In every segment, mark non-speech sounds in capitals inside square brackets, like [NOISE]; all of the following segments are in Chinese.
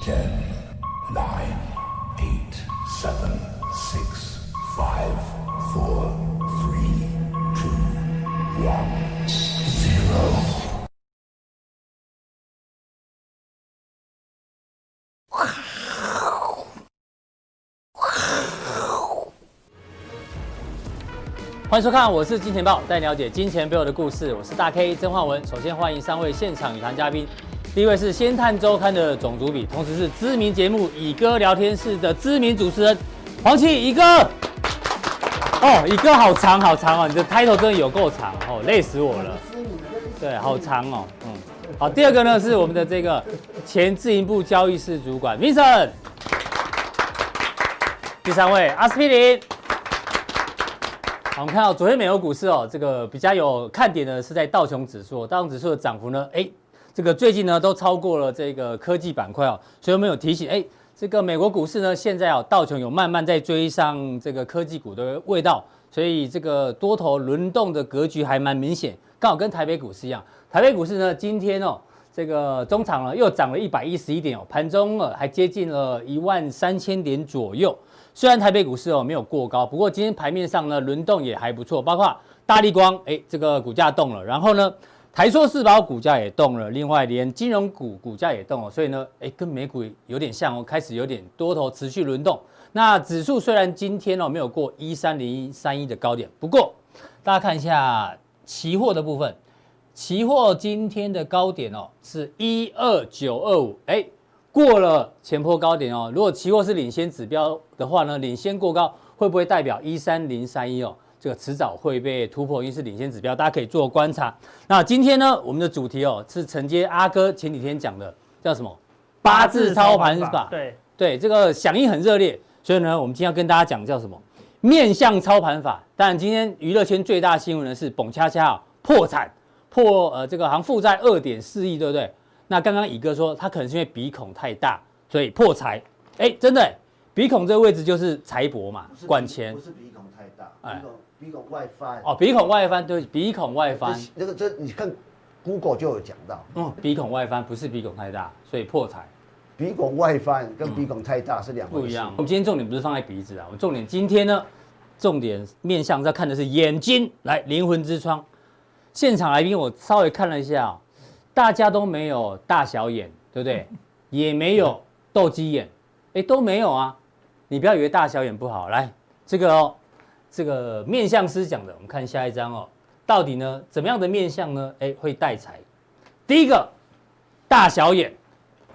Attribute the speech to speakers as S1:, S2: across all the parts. S1: Ten, nine, eight, seven, six, five, four, three, two, one, zero.
S2: 欢迎收看，我是金钱豹，带你了解金钱背后的故事。我是大 K 曾焕文。首先欢迎三位现场语坛嘉宾，第一位是《先探周刊》的总主笔，同时是知名节目《以哥聊天室》的知名主持人黄启以哥。哦，以哥好长好长哦，你的 title 真的有够长哦，累死我了。对，好长哦，嗯。好，第二个呢是我们的这个前自营部交易室主管 Vincent，第三位阿司匹林。好，我们看到昨天美国股市哦，这个比较有看点的是在道琼指数，哦道琼指数的涨幅呢，哎，这个最近呢都超过了这个科技板块哦，所以我们有提醒，哎，这个美国股市呢现在哦，道琼有慢慢在追上这个科技股的味道，所以这个多头轮动的格局还蛮明显，刚好跟台北股市一样，台北股市呢今天哦。这个中场呢又涨了一百一十一点哦，盘中呢还接近了一万三千点左右。虽然台北股市哦没有过高，不过今天盘面上呢轮动也还不错，包括大力光哎这个股价动了，然后呢台硕四宝股价也动了，另外连金融股股价也动了，所以呢哎跟美股有点像哦，开始有点多头持续轮动。那指数虽然今天哦没有过一三零三一的高点，不过大家看一下期货的部分。期货今天的高点哦是一二九二五，哎，过了前坡高点哦。如果期货是领先指标的话呢，领先过高会不会代表一三零三一哦？这个迟早会被突破，因为是领先指标，大家可以做观察。那今天呢，我们的主题哦是承接阿哥前几天讲的，叫什么八字操盘法？
S3: 对，
S2: 对，这个响应很热烈，所以呢，我们今天要跟大家讲叫什么面向操盘法。当然，今天娱乐圈最大新闻呢是蹦恰恰、哦、破产。破呃这个好像负债二点四亿，对不对？那刚刚乙哥说他可能是因为鼻孔太大，所以破财。哎，真的，鼻孔这个位置就是财帛嘛
S4: 不是，鼻
S2: 管钱
S4: 不是鼻孔太大，
S2: 哎
S4: 鼻孔鼻孔外翻。哦
S2: 哦，鼻孔外翻，对，鼻孔外翻，
S4: 这，这个这你看 Google 就有讲到，
S2: 嗯，鼻孔外翻不是鼻孔太大，所以破财
S4: 鼻孔外翻跟鼻孔太大是两回
S2: 嗯
S4: 事。
S2: 不一样。我们今天重点不是放在鼻子啊，我们重点今天呢，重点面向在看的是眼睛，来灵魂之窗。现场来宾我稍微看了一下、哦，大家都没有大小眼，对不对？也没有斗鸡眼，哎，都没有啊。你不要以为大小眼不好，来这个哦，这个面相师讲的，我们看下一张哦，到底呢怎么样的面相呢？哎，会带财。第一个大小眼，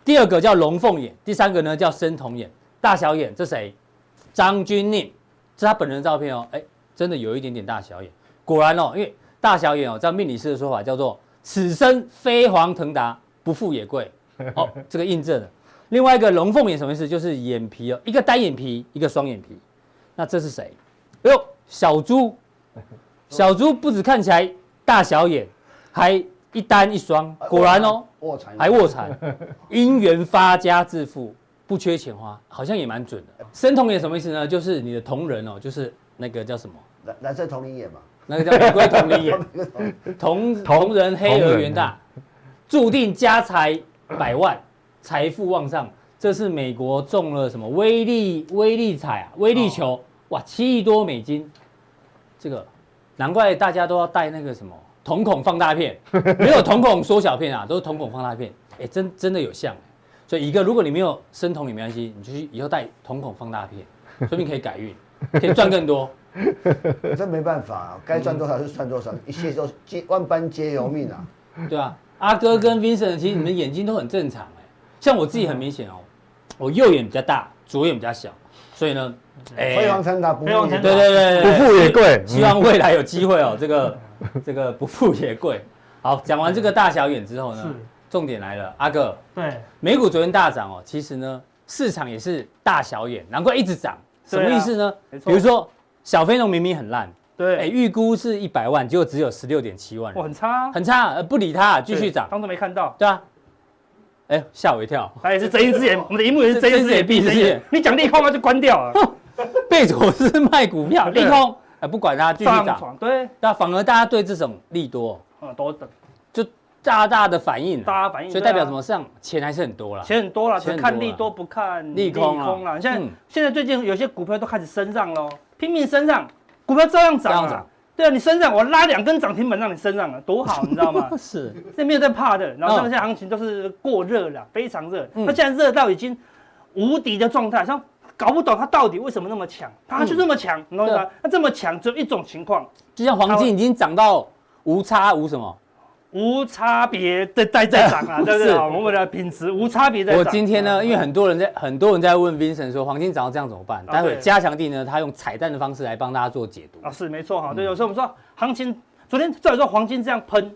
S2: 第二个叫龙凤眼，第三个呢叫生瞳眼。大小眼这谁？张钧甯，这是他本人的照片哦。哎，真的有一点点大小眼，果然哦，因为大小眼哦，照命理师的说法叫做“此生飞黄腾达，不富也贵”。哦，这个印证了。另外一个龙凤眼什么意思？就是眼皮哦，一个单眼皮，一个双眼皮。那这是谁？哎呦，小猪，小猪不止看起来大小眼，还一单一双，
S4: 哎
S2: 果然哦，，
S4: 卧蚕
S2: 还卧蚕，因缘发家致富，不缺钱花，好像也蛮准的。生同眼什么意思呢？就是你的同人哦，就是那个叫什么？
S4: 蓝蓝色同龄眼嘛，
S2: 那个叫玫瑰同林
S4: [LAUGHS]
S2: 眼，
S4: 哦
S2: 同同人黑而圆大，注定家财百万，财富旺上。这是美国中了什么威力威力彩啊，威力球，哇，七亿多美金，这个难怪大家都要带那个什么瞳孔放大片，没有瞳孔缩小片啊，都是瞳孔放大片。哎，真真的有像，所以一个如果你没有生瞳也没关系，你就去以后带瞳孔放大片，说不定可以改运，可以赚更多。
S4: 这没办法、啊，该赚多少就赚多少，一切都皆万般皆由命啊。
S2: 对啊，阿哥跟 Vincent 其实你们眼睛都很正常哎、像我自己很明显哦，我右眼比较大，左眼比较小，所以呢，哎、
S4: 飞黄腾达不啊
S3: 飞黄
S4: 易
S3: 腾达
S2: 对对对对
S5: 不
S2: 对
S5: 富也贵嗯
S2: 希望未来有机会哦，这个这个不富也贵。好，讲完这个大小眼之后呢
S3: 是，
S2: 重点来了，阿哥，
S3: 对，
S2: 美股昨天大涨哦，其实呢，市场也是大小眼，难怪一直涨，什
S3: 对啊
S2: 么意思呢？
S3: 没错
S2: 比如说小飞龙明明很烂，
S3: 对，
S2: 哎、预估是一百万，结果只有十六点七万人
S3: 我很差啊，
S2: 很差，呃不理他，继续
S3: 对
S2: 涨。
S3: 当作没看到。
S2: 对啊，哎，吓我一跳， [LAUGHS]
S3: 他也是睁一只眼，我们的荧幕也是睁一只眼闭一只
S2: 睁一只
S3: 眼
S2: 眼。
S3: 你讲利空吗？就关掉了，
S2: 贝佐斯卖股票利
S3: 对
S2: 空， [LAUGHS] 哎，不管它继续
S3: 上
S2: 涨，
S3: 床。对，哦
S2: 那反而大家对这种利多
S3: 嗯，都等。
S2: 就大大的反应啊，
S3: 大大反应
S2: 所以代
S3: 对
S2: 表
S3: 啊
S2: 什么？上钱还是很多啦。
S3: 钱很多了，
S2: 钱
S3: 只
S2: 很
S3: 看
S2: 多
S3: 利
S2: 啦
S3: 多不看
S2: 利空啊
S3: 啦。现在、
S2: 嗯
S3: 现在最近有些股票都开始升上喽，拼命升上，股票照样
S2: 照
S3: 涨
S2: 样
S3: 啊
S2: 涨。
S3: 对啊，你升上，我拉两根涨停板让你升上啊，多好，你知
S2: [LAUGHS]
S3: 道吗？
S2: 是
S3: 这没有在怕的。然
S2: 嗯
S3: 后像现在行情都是过热了，非常热。
S2: 嗯
S3: 它现在热到已经无敌的状态，像搞不懂它到底为什么那么强，它就这么强，你懂
S2: 嗯对
S3: 吗？它这么强只有一种情况，
S2: 就像黄金已经涨到无差无什么，
S3: 无差别的在在涨
S2: [LAUGHS]
S3: 啊，对不对？
S2: 是
S3: 好我们的品质无差别在涨。
S2: 我今天呢，因为
S3: 啊
S2: 很多人在很多人在问 Vincent 说黄金涨到这样怎么办？
S3: 啊
S2: 待会
S3: 对
S2: 加强地呢，他用彩蛋的方式来帮大家做解读。
S3: 啊是没错哈，对，
S2: 嗯
S3: 有时候我们说行情，昨天照理说黄金这样喷，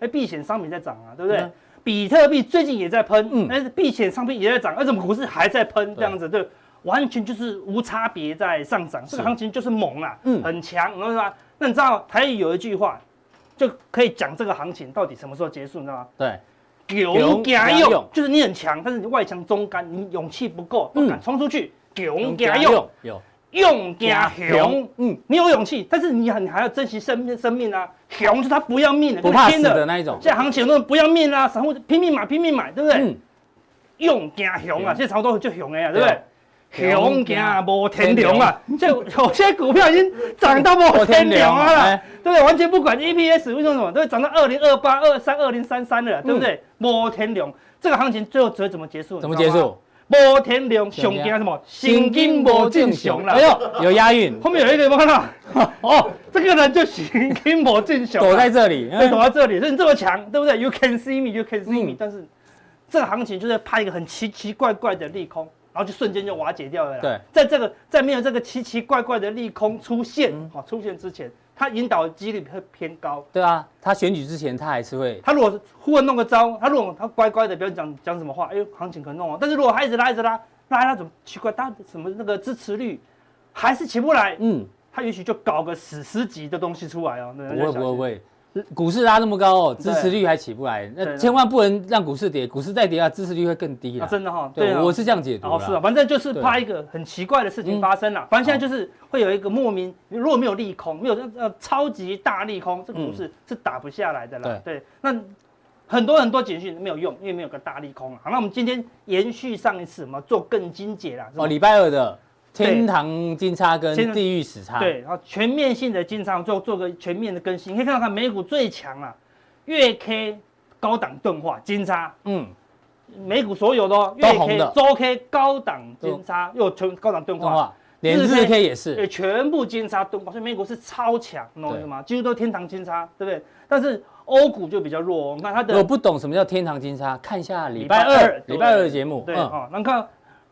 S3: 哎，避险商品在涨啊，对不对
S2: 嗯？
S3: 比特币最近也在喷，
S2: 嗯
S3: 嗯，但是避险商品也在涨，而怎么股市还在喷这
S2: 对
S3: 样子？对，完全就是无差别在上涨，这个
S2: 是
S3: 行情就是猛啊，
S2: 嗯
S3: 很强，然后是吧？那你知道台语有一句话，就可以讲这个行情到底什么时候结束，你知道吗？
S2: 对，
S3: 勇
S2: 加
S3: 加
S2: 勇
S3: 用，就是你很强，但是你外强中干，你勇气不够，
S2: 嗯
S3: 不敢冲出去。勇加用，
S2: 有
S3: 勇加
S2: 勇
S3: 勇，
S2: 嗯，
S3: 你有勇气，但是你很你还要珍惜生生命啊！熊就是他不要命的，
S2: 不
S3: 跟
S2: 怕
S3: 拼
S2: 死
S3: 了
S2: 的那一种。
S3: 现在行情都不要命啊，散户拼命买拼命买，对不对？
S2: 嗯，
S3: 用惊熊啊，
S2: 对
S3: 现在差不多就熊的呀，
S2: 对
S3: 对
S2: 啊
S3: 不对？熊惊无天良啊，这有些股票已经涨到无天良啊
S2: 没天良
S3: 啦
S2: 哎，
S3: 对不对？完全不管 EPS 为什么都会涨到二零二八、二三、二零三三了，对不对？无天良，这个行情最后只会怎么结束？
S2: 嗯怎么结
S3: 你知道吗？
S2: 束？
S3: 无天良，熊惊什么？心经无正常啦
S2: 哎。呦，有押
S3: [LAUGHS]
S2: 韵，
S3: 后面有一个有没有看到？哦，这个人就心经无正常啦，
S2: 躲在 [LAUGHS] 这里。
S3: 对，
S2: 嗯
S3: [LAUGHS] 啊躲在这里，所以你这么强，对不对？You can see me, you can see me、
S2: 嗯
S3: 但是这个行情就是拍一个很奇奇怪怪的利空，然后就瞬间就瓦解掉了啦。
S2: 对，
S3: 在这个在没有这个奇奇怪怪的利空出现，
S2: 嗯
S3: 好、出现之前，它引导的几率会偏高。
S2: 对啊，他选举之前他还是会
S3: 他如果忽然弄个招，他如果他乖乖的，不要讲讲什么话，哎呦，行情可能弄完。但是如果他一直拉一直拉，拉一拉怎么奇怪？他什么那个支持率还是起不来？
S2: 嗯，
S3: 他也许就搞个史诗级的东西出来哦。不
S2: 不会不会不会。股市拉那么高哦，支
S3: 对
S2: 持率还起不来，那
S3: 对
S2: 千万不能让股市跌，股市再跌啊，支持率会更低
S3: 啊，
S2: 了。
S3: 真的哈、
S2: 对，
S3: 啊
S2: 我是这样解读
S3: 然后是啊，
S2: 啦。
S3: 反正就是
S2: 对嗯
S3: 怕一个很奇怪的事情发生了。反正现在就是会有一个莫名，如果没有利空，没有呃超级大利空，
S2: 嗯
S3: 这个股市是打不下来的啦。对，那很多很多简讯没有用，因为没有个大利空啊。好，那我们今天延续上一次，我们要做更精简啦。
S2: 哦，
S3: 哦，
S2: 礼拜二的
S3: 对
S2: 天堂金叉跟
S3: 天堂
S2: 地狱死叉，
S3: 对，然后全面性的进场做做个全面的更新，你可以看到它美股最强啊，月 K 高档钝化金叉。
S2: 嗯，
S3: 美股所有的哦，
S2: 都
S3: 月
S2: 红
S3: K
S2: 的、
S3: 周 K 高档金叉，又全高档钝
S2: 动
S3: 化，
S2: 画，连
S3: 日
S2: 日 K
S3: K
S2: 也是
S3: 对，全部金叉钝化，所以美股是超强，你懂我意思吗？几乎都天堂金叉，对不对？但是欧股就比较弱哦，你看它
S2: 如果
S3: 的
S2: 不懂什么叫天堂金叉，看一下礼拜二礼拜二的节目，
S3: 对
S2: 嗯，
S3: 哦，那你看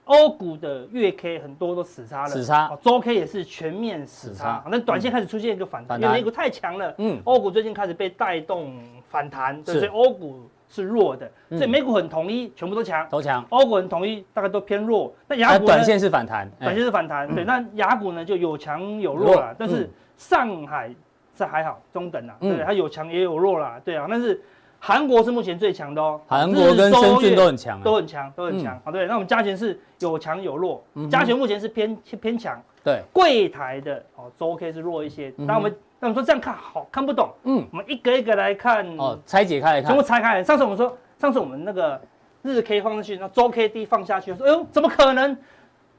S3: 欧股的月 K 很多都死叉了，
S2: 死叉
S3: 哦周 K 也是全面
S2: 死
S3: 死
S2: 叉
S3: 叉，那短线开始出现一个反弹，
S2: 反
S3: 因
S2: 弹
S3: 为美股太强了，
S2: 嗯
S3: 欧股最近开始被带动反弹，对
S2: 是
S3: 所以欧股是弱的，所以
S2: 嗯
S3: 美股很统一，全部都强。
S2: 头强，
S3: 欧股很统一，大概都偏弱。那雅
S2: 那
S3: 股呢
S2: 短线是反弹，哎
S3: 短线是反弹，对，那雅股呢就有强有弱
S2: 弱
S3: 啦，但是
S2: 嗯
S3: 上海这还好，中等啦，
S2: 嗯
S3: 对，它有强也有弱啦，对啊，但是韩国是目前最强的哦，
S2: 韩国跟深圳都
S3: 日周月
S2: 很强，哎
S3: 都很强，都很强，好，哦对，那我们加权是有强有弱
S2: 嗯哼，
S3: 加权目前是偏偏强，
S2: 对，
S3: 柜台的哦周 K 是弱一些，
S2: 嗯哼
S3: 那我们那我们说这样看好看不懂，
S2: 嗯，
S3: 我们一个一个来看
S2: 哦，拆解开来
S3: 全
S2: 看
S3: 部，拆开来。上次我们说，上次我们那个日 K 放上去，然后周 K D 放下去，说哎呦，怎么可能？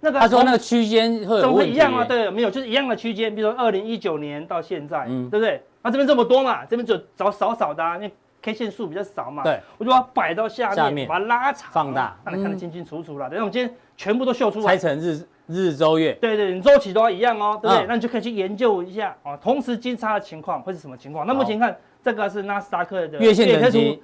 S3: 那个
S2: 他说那个区间会有
S3: 怎么会
S2: 呃问
S3: 一
S2: 题，
S3: 样啊？对，没有，就是一样的区间，比如说二零一九年到现在，
S2: 嗯
S3: 对不对？那这边这么多嘛，这边只有找少少的、啊，因为 K 线数比较少嘛，
S2: 对，
S3: 我就把它摆到下面，
S2: 下面
S3: 把它拉长，啊
S2: 放大
S3: 让你看得
S2: 嗯
S3: 清清楚楚了。等一下我们今天全部都秀出
S2: 拆，
S3: 来
S2: 成日日周月，
S3: 对对，你周期都要一样哦，对不对？
S2: 嗯
S3: 那你就可以去研究一下啊，同时金叉的情况会是什么情况？那目前看这个是纳斯达克的
S2: 月线等
S3: 图
S2: 级，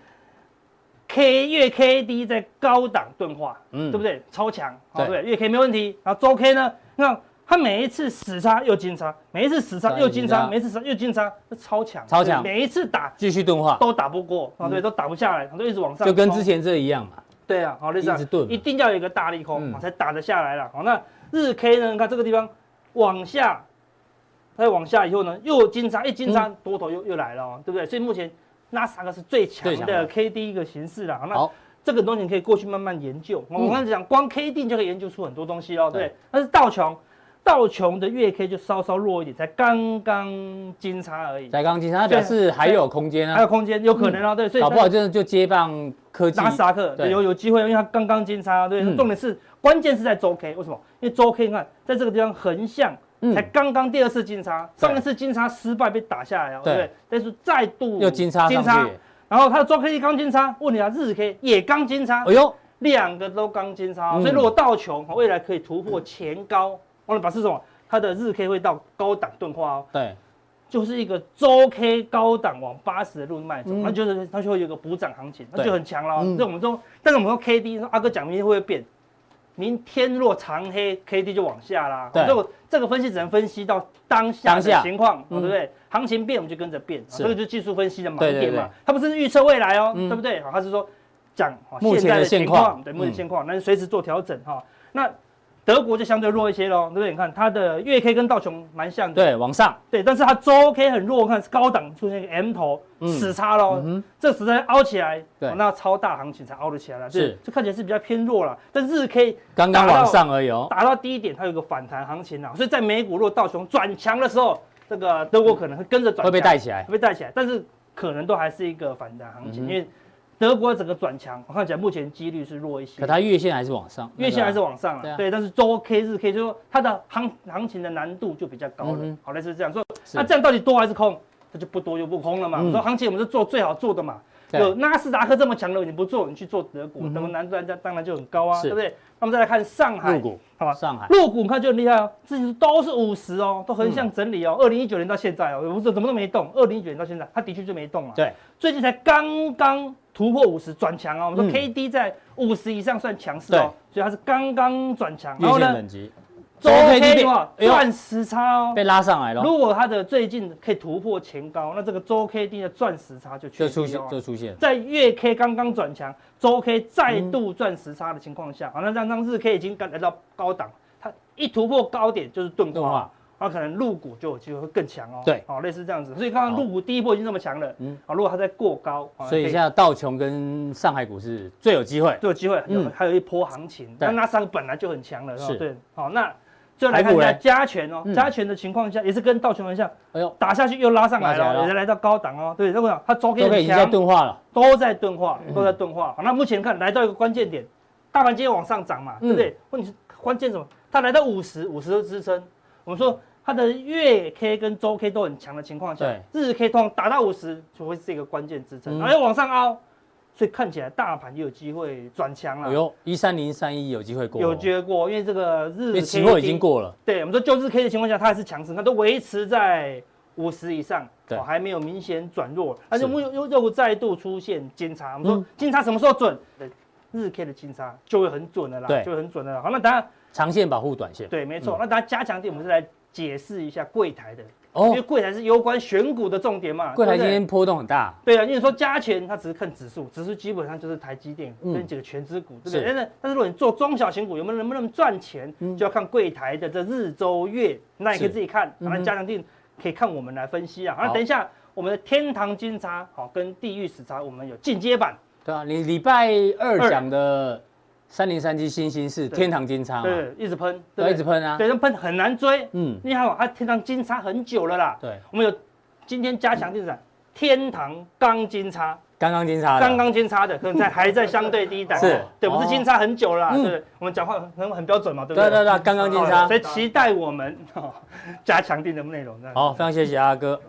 S3: K 月 K D 在高档钝化，
S2: 嗯
S3: 对不对？超强，好
S2: 对
S3: 对不对？月 K 没问题，然后周 K 呢？那它每一次死叉又金叉，每一次死叉又金
S2: 对金
S3: 叉，
S2: 叉
S3: 每一次死叉又金叉，这超强，
S2: 啊超强
S3: 对每一次打
S2: 继续钝化，
S3: 都打不过，啊对，都打不下来，都一直往上冲，
S2: 就跟之前这一样嘛，
S3: 对啊，好，类似这样
S2: 一直顿嘛
S3: 一定要有一个大利空、
S2: 嗯
S3: 啊才打得下来了。好，那日 K 呢？你看这个地方往下，再往下以后呢，又金叉，一金叉
S2: 嗯
S3: 多头又、又来了、哦，对不对？所以目前纳斯达克是最强
S2: 最强的
S3: 的 K D 一个形式啦。好，那
S2: 好，
S3: 这个东西你可以过去慢慢研究。我
S2: 嗯
S3: 刚才讲，光 K D 就可以研究出很多东西哦，对不
S2: 对
S3: 对。但是道琼道琼的月 K 就稍稍弱一点，才刚刚金叉而已，
S2: 才刚金叉，它表示还有空间
S3: 还有
S2: 啊，
S3: 空间，有可能啊，对，所以
S2: 搞不
S3: 它
S2: 好真的就接棒科技
S3: 纳斯达克
S2: 对
S3: 有有机会，因为它刚刚金叉，啊对，
S2: 嗯
S3: 重点是关键是在周 K，为什么？因为周 K 你看在这个地方横向
S2: 嗯。
S3: 才刚刚第二次金叉，
S2: 对
S3: 上一次金叉失败被打下来啊，
S2: 对
S3: 对不对？但是再度
S2: 又金叉上去，
S3: 然后它的周 K 刚金叉，问你啊，日 K 也刚金叉
S2: 哎，呦，
S3: 两个都刚金叉，
S2: 嗯
S3: 所以如果道琼哦未来可以突破前高，忘了表示什么，它的日 K 会到高档钝化哦，
S2: 对，
S3: 就是一个周 K 高档往八十的路脉走，
S2: 嗯
S3: 那就是它就会有一个补涨行情，那
S2: 对
S3: 就很强了
S2: 嗯。
S3: 这我们说，但是我们说 K D，说阿哥讲明天会不会变？明天若长黑，K D 就往下啦。哦
S2: 对
S3: 这个这个分析只能分析到当下
S2: 当下
S3: 的情况，
S2: 嗯
S3: 对不对？行情变我们就跟着变，
S2: 是
S3: 这个就是技术分析的盲
S2: 对对
S3: 点
S2: 对
S3: 嘛。它不是预测未来哦，
S2: 嗯
S3: 对不对？好，它是说讲哦
S2: 目前
S3: 现在
S2: 的
S3: 的
S2: 现
S3: 情
S2: 况
S3: 况，对目前
S2: 嗯
S3: 现况，那随时做调整哈。那德国就相对弱一些喽，对不对？你看它的月 K 跟道琼蛮像的，
S2: 对，往上，
S3: 对，但是它周 K 很弱，看是高档出现一个 M 头
S2: 嗯
S3: 死叉喽，
S2: 嗯哼
S3: 这实在凹起来，
S2: 对
S3: 哦那超大行情才凹得起来了，
S2: 是
S3: 对这看起来是比较偏弱了。但日 K
S2: 刚刚往上而已哦，
S3: 打到低点，它有个反弹行情啊，所以在美股如果道琼转强的时候，这个德国可能会跟着转强，
S2: 会被带起来
S3: 会被带起来，但是可能都还是一个反弹行情，
S2: 嗯哼
S3: 因为德国整个转强，我看起来目前几率是弱一些
S2: 可。它月线还是往上，
S3: 月线还是
S2: 往，
S3: 往上
S2: 对啊
S3: 了，对，但是周 K 日 K 就是说它的行行情的难度就比较高
S2: 嗯
S3: 了
S2: 哼。
S3: 好，类似这样，所以
S2: 是
S3: 那这样到底多还是空？它就不多又不空了嘛。
S2: 嗯
S3: 我说行情我们是做最好做的嘛。
S2: 对
S3: 有纳斯达克这么强的，你不做，你去做德股，
S2: 嗯哼
S3: 那么难度当然就很高啊，
S2: 是
S3: 对不对？那我们再来看上海
S2: 入，股，
S3: 好吧？
S2: 上海，
S3: 入股你看就很厉害哦，这些都是五十哦，都
S2: 嗯
S3: 横向整理哦。二零一九年到现在哦，我怎怎么都没动。二零一九年到现在，它的确就没动啊。
S2: 对，
S3: 最近才刚刚突破五十转强哦。我
S2: 嗯
S3: 们说 K D 在五十以上算强势哦，所以它是刚刚转强。然
S2: 月
S3: 后
S2: 线
S3: 呢，
S2: 等级
S3: 周
S2: 周 K D
S3: 黑
S2: 被
S3: 的话
S2: 哎呦
S3: 赚时差哦。
S2: 被拉上来了，
S3: 如果它的最近可以突破前高，那这个周 K D 的赚时差就
S2: 就
S3: 确定
S2: 出
S3: 哦
S2: 现就出现，
S3: 在月 K 刚刚转强，周 K 再
S2: 嗯
S3: 度赚时差的情况下，好，那让让日 K 已经刚来到高档，它一突破高点就是钝
S2: 钝化
S3: 化，那啊可能入股就有机会会更强哦。
S2: 对
S3: 好，类似这样子，所以刚
S2: 好
S3: 刚入股第一波已经这么强了，
S2: 嗯
S3: 嗯，好，如果它再过高，啊
S2: 所以
S3: 可
S2: 现在道琼跟上海股市最有机会，
S3: 就有机会，有
S2: 嗯
S3: 还有一波行情，
S2: 对
S3: 那那三个本来就很强了，哦
S2: 是
S3: 对，好，那最后来看
S2: 台股
S3: 一下
S2: 嘞
S3: 加权哦
S2: 嗯，
S3: 加权的情况下也是跟道琼一样
S2: 哎呦，
S3: 打下去又拉上来
S2: 拉起来
S3: 了
S2: 了
S3: 哦，也来到高档哦，对，那个它周 K
S2: 周 K 已
S3: 很
S2: 经在
S3: 强。
S2: 钝化了，
S3: 都在钝化，
S2: 嗯
S3: 都在钝化。好，那目前看来到一个关键点，大盘今天往上涨嘛，
S2: 嗯
S3: 对不对？问题是关键是什么？它来到五十，五十的支撑。我们说它的月 K 跟周 K 都很强的情况下
S2: 对，
S3: 日 K 通常打到五十就会是一个关键支撑，
S2: 嗯
S3: 然后又往上凹，所以看起来大盘也有机会转强
S2: 哎
S3: 了。
S2: 呦，一三零三一有机会过哦，
S3: 有觉过，因为这个
S2: 因
S3: 日 K
S2: 为哎期货已经过了，
S3: 对，我们说就日 K 的情况下，它还是强势，它都维持在五十以上，
S2: 对
S3: 哦，还没有明显转弱，而
S2: 是
S3: 且我们又又又再度出现金叉，我
S2: 嗯
S3: 们说金叉什么时候准？对日 K 的金叉就会很准的啦
S2: 对，
S3: 就会很准的啦。好，那大家
S2: 长线保护短线，
S3: 对，没
S2: 嗯，
S3: 错那大家加强点，我们是来解释一下柜台的，因为
S2: 哦，
S3: 柜台是攸关选股的重点嘛，
S2: 柜台
S3: 对不
S2: 今
S3: 对
S2: 天波动很大，
S3: 对啊，因为说加权，它只是看指数，指数基本上就是台积电
S2: 嗯
S3: 跟几个全资股，对不
S2: 是
S3: 对？
S2: 嗯
S3: 但是但是如果你做中小型股，有没有能不能赚钱，就要看柜台的这日周月，那你可以
S2: 是
S3: 自己看，
S2: 嗯
S3: 然
S2: 哼
S3: 后加强定可以看我们来分析啊。
S2: 好
S3: 那等一下我们的天堂金叉好跟地狱时差，我们有进阶版，
S2: 对啊，你礼拜二讲的三零三七星星是天堂金叉嘛，
S3: 对，一直喷，
S2: 啊对，一直喷啊，
S3: 对，那喷很难追，
S2: 嗯，
S3: 你看哦，它天堂金叉很久了啦，
S2: 对，
S3: 我们有今天加强定产天堂钢金叉。
S2: 刚刚金叉的，
S3: 刚刚金叉的，可能在还在相对低档，
S2: 是
S3: 对，不是金叉很久了啦，
S2: 嗯
S3: 对不对？我们讲话很很标准嘛，对不
S2: 对
S3: 对？
S2: 对对，刚刚金
S3: 哦
S2: 叉
S3: 所，以期待我们哦加强定的内容。这样
S2: 好，非，常谢谢阿哥，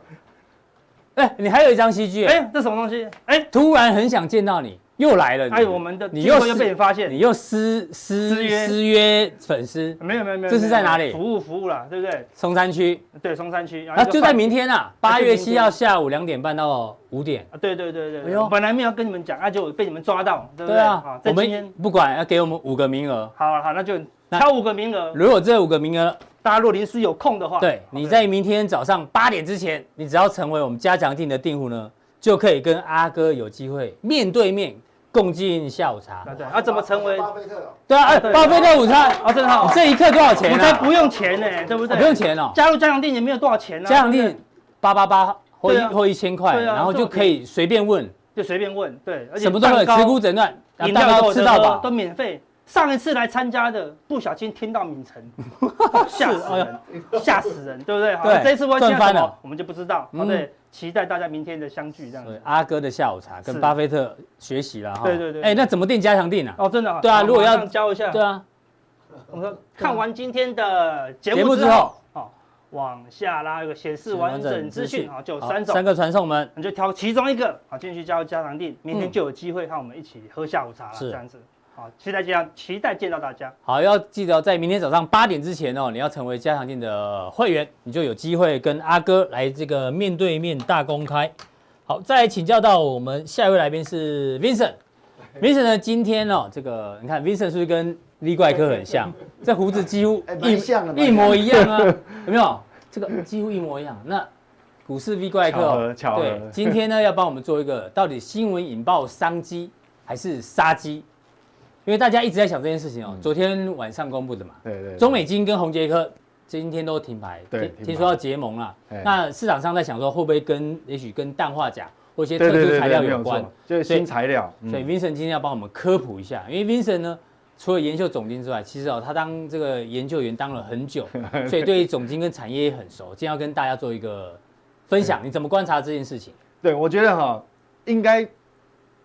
S2: 哎，你还有一张 CG，哎，
S3: 哎，这什么东西？哎，
S2: 突然很想见到你，又来了，
S3: 还哎有我们的
S2: 你
S3: 机
S2: 又
S3: 会又
S2: 是
S3: 被你发现
S2: 你，又私私
S3: 私约
S2: 私约粉丝，
S3: 没有没有没有，
S2: 这是在哪里
S3: 服务服务啦，对不对？
S2: 松山区，
S3: 对，松山区，然
S2: 啊，就在明天啊，八
S3: 啊就
S2: 月
S3: 明
S2: 七
S3: 天
S2: 号下午两点半到五点。
S3: 啊，对对对对
S2: 哎呦
S3: 对，本来没有跟你们讲，啊，就被你们抓到，对不
S2: 对
S3: 对？
S2: 啊，
S3: 在
S2: 我
S3: 今天
S2: 们，不管要给我们五个名额，
S3: 好好，那就
S2: 那
S3: 挑五个名额，
S2: 如果这五个名额，
S3: 大家若临时有空的话，
S2: 对
S3: 好
S2: 你在明天早上八点之前，你只要成为我们加强定的订户呢，就可以跟阿哥有机会面对面共进下午茶
S3: 对。对，啊，怎么成为？
S4: 巴菲特哦？
S2: 对啊，哎，
S3: 对
S2: 巴菲特午餐
S3: 啊，真的好
S2: 你。这一克多少钱
S3: 我
S2: 啊？
S3: 们才不用钱呢，对不
S2: 啊
S3: 对？
S2: 不用钱哦，
S3: 加入加强店也没有多少钱啊，
S2: 加强
S3: 对不
S2: 定
S3: 对
S2: 八八八或一
S3: 对啊
S2: 或一千块，
S3: 对啊
S2: 然后
S3: 这
S2: 就
S3: 种
S2: 可以随便问，
S3: 就随便问，对，而且
S2: 什么都有，
S3: 蛋糕
S2: 持股诊断，啊
S3: 饮
S2: 蛋
S3: 料都
S2: 糕
S3: 有
S2: 吃
S3: 得
S2: 到
S3: 喝
S2: 饱
S3: 都。免费，上一次来参加的，不小心听到
S2: [LAUGHS]
S3: 敏晨，吓死人，吓死人，对不对？好
S2: 对，
S3: 这一次会见
S2: 赚翻
S3: 什么
S2: 了，
S3: 我们就不知道。好，
S2: 嗯
S3: 对，期待大家明天的相聚，这样
S2: 对
S3: 子。
S2: 阿哥的下午茶跟
S3: 是
S2: 巴菲特学习了哈。
S3: 对对对
S2: 哎，那怎么定加强定啊？
S3: 哦，真的啊。
S2: 对啊
S3: 好
S2: 如果要
S3: 马上教一下，
S2: 对啊，
S3: 我们说看完今天的节
S2: 节
S3: 目
S2: 目之
S3: 之后
S2: 后，
S3: 好，往下拉一个显示完整资讯，好，就有
S2: 好
S3: 三种
S2: 三，个传送门。
S3: 你就挑其中一个，好进去加入家常店，明天
S2: 嗯
S3: 就有机会和我们一起喝下午茶了，
S2: 是
S3: 这样子。好，期待见，期待见到大家。
S2: 好，要记得哦在明天早上八点之前哦，你要成为加强店的会员，你就有机会跟阿哥来这个面对面大公开。好，再来请教到我们下一位来宾是 Vincent。Vincent 呢，今天哦，这个你看 Vincent 是不是跟李怪科很
S3: [LAUGHS]
S2: 像？这胡子几乎
S4: 哎蛮
S2: 一
S4: 像的蛮
S2: 一模一样啊，有没有？这个几乎一模一样。那股市 V 怪客
S5: 巧
S2: 哦
S5: 合，嗯巧合
S2: 对，今天呢要帮我们做一个到底新闻引爆商机还是杀机？因为大家一直在想这件事情哦，昨天晚上公布的嘛，
S5: 嗯对对对
S2: 中美金跟红杰科今天都停牌，
S5: 对
S2: 听
S5: 停牌
S2: 听说要结盟了
S5: 哎。
S2: 那市场上在想说会不会跟也许跟氮化钾或一些
S5: 对
S2: 特
S5: 对
S2: 殊
S5: 对
S2: 材
S5: 对，
S2: 料
S5: 没
S2: 有
S5: 有
S2: 关
S5: 错，，就是
S2: 所以
S5: 新材料。嗯
S2: 所以 Vincent 今天要帮我们科普一下，因为 Vincent 呢，除了研究总经之外，其实哦，他当这个研究员当了很
S5: [LAUGHS]
S2: 久，所以对于总经跟产业也很熟。今天要跟大家做一个分享，
S5: 嗯
S2: 你怎么观察这件事情？
S5: 对，我觉得哈，应该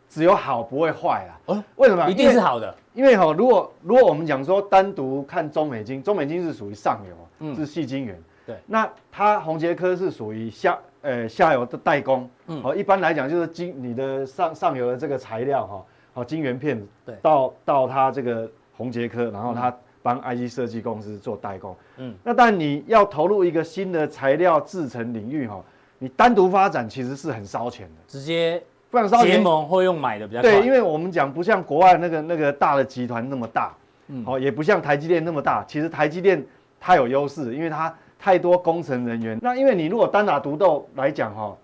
S5: 只有好不会坏啦。
S2: 哦
S5: 为什么？
S2: 一定
S5: 啊因
S2: 是
S5: 为。
S2: 好的，
S5: 因为哈，如果如果我们讲说单独看中美金，中美金是属于上游，
S2: 嗯
S5: 是细晶圆。
S2: 对
S5: 那它红杰科是属于下呃下游的代工。
S2: 嗯
S5: 好，一般来讲就是晶你的上上游的这个材料哈，好晶圆片，
S2: 对
S5: 到到它这个红杰科，然后它帮 IC 设计公司做代工。
S2: 嗯
S5: 嗯，那但你要投入一个新的材料制成领域哈，你单独发展其实是很烧钱的，
S2: 直接
S5: 非常烧
S2: 结
S5: 钱。
S2: 盟或用买的比较快。
S5: 对，因为我们讲不像国外那个那个大的集团那么大，
S2: 嗯
S5: 哦，也不像台积电那么大。其实台积电它有优势，因为它太多工程人员。那因为你如果单打独斗来讲哈、哦，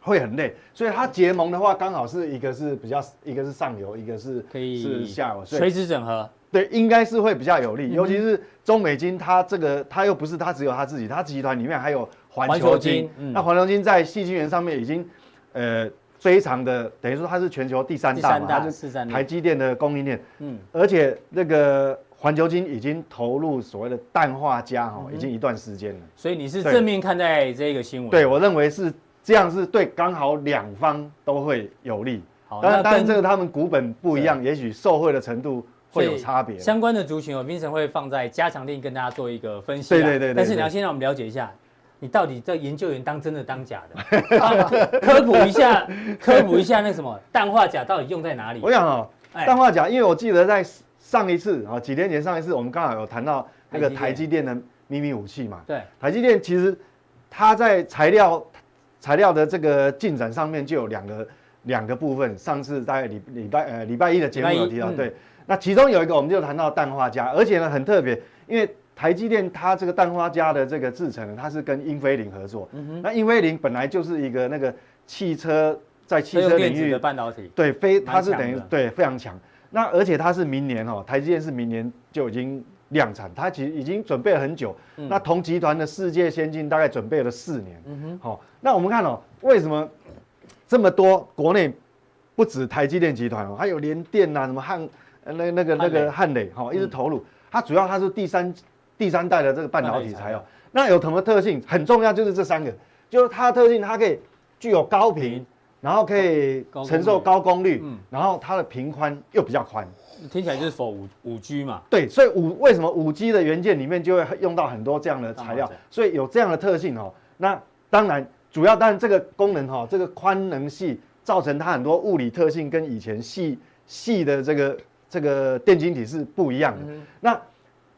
S5: 会很累，所以它结盟的话，刚好是一个是比较，一个是上游，一个是
S2: 可以
S5: 是下游，所
S2: 垂
S5: 以
S2: 直整合，
S5: 对应该是会比较有
S2: 嗯
S5: 利。尤其是中美金，它这个它又不是它只有它自己，它集团里面还有环
S2: 环球
S5: 球
S2: 金
S5: 金。
S2: 嗯
S5: 那环球金在细晶圆上面已经呃非常的，等于说它是全球第三
S2: 第
S5: 大
S2: 三
S5: 嘛，
S2: 大
S5: 它是
S2: 四三
S5: 台
S2: 六，
S5: 积电的供应链，
S2: 嗯，
S5: 而且那个环球金已经投入所谓的氮化镓
S2: 嗯
S5: 哈、已经一段时间了。
S2: 所以你是
S5: 对
S2: 正面看待这个新闻。
S5: 对，我认为是这样，是对刚好两方都会有利。
S2: 好，
S5: 当然，当
S2: 那
S5: 然这
S2: 跟
S5: 个他们股本不一样，也许受惠的程度会有差别。
S2: 相关的族群哦，Vincent 会放在加强令跟大家做一个分析啊。
S5: 对对对对
S2: 但是你要先让我们了解一下，你到底这研究员当真的当假的？啊
S5: [LAUGHS]
S2: 科普一下，科普一下那什么氮化钾到底用在哪里
S5: 我？想哦，
S2: 哎
S5: 氮化钾，因为我记得在上一次啊，几年前上一次我们刚好有谈到那个
S2: 台
S5: 台
S2: 积
S5: 积电的秘密武器嘛。
S2: 对，
S5: 台积电其实它在材料材料的这个进展上面就有两个两个部分。上次在礼礼拜呃礼拜一的节目有提到，
S2: 礼拜一嗯
S5: 对，那其中有一个我们就谈到氮化镓，而且呢很特别，因为台积电它这个氮化镓的这个制程呢，它是跟英飞凌合作。
S2: 嗯
S5: 那英飞凌本来就是一个那个汽车在汽
S2: 车用
S5: 车
S2: 电
S5: 领
S2: 子
S5: 域
S2: 的半导体，
S5: 对，非
S2: 蛮
S5: 它是
S2: 强
S5: 等于
S2: 的
S5: 对非常强。那而且它是明年哦，台积电是明年就已经量产，它其实已经准备了很久。那同集团的世界先进大概准备了四年。嗯哼，好、那我们看哦，为什么这么多国内不止台积电集团哦，还有联电呐、啊，什么汉呃那那个那个汉磊哈、哦，一直投入。它主要它是第三第三代的这个半导体材料。那有什么特性？很重要就是这三个，就是它的特性，它可以具有高频，然后可以
S2: 高功率
S5: 承受高功率，
S2: 嗯
S5: 然后它的频宽又比较宽。
S2: 听起来就是否五五 G 嘛？
S5: 对，所以五为什么五 G 的元件里面就会用到很多这样的材
S2: 当然
S5: 料
S2: 是，
S5: 所以有这样的特性哦。那当然，主要当然这个功能哈、哦，这个宽能系造成它很多物理特性跟以前细细的这个这个电晶体是不一样
S2: 嗯
S5: 的。那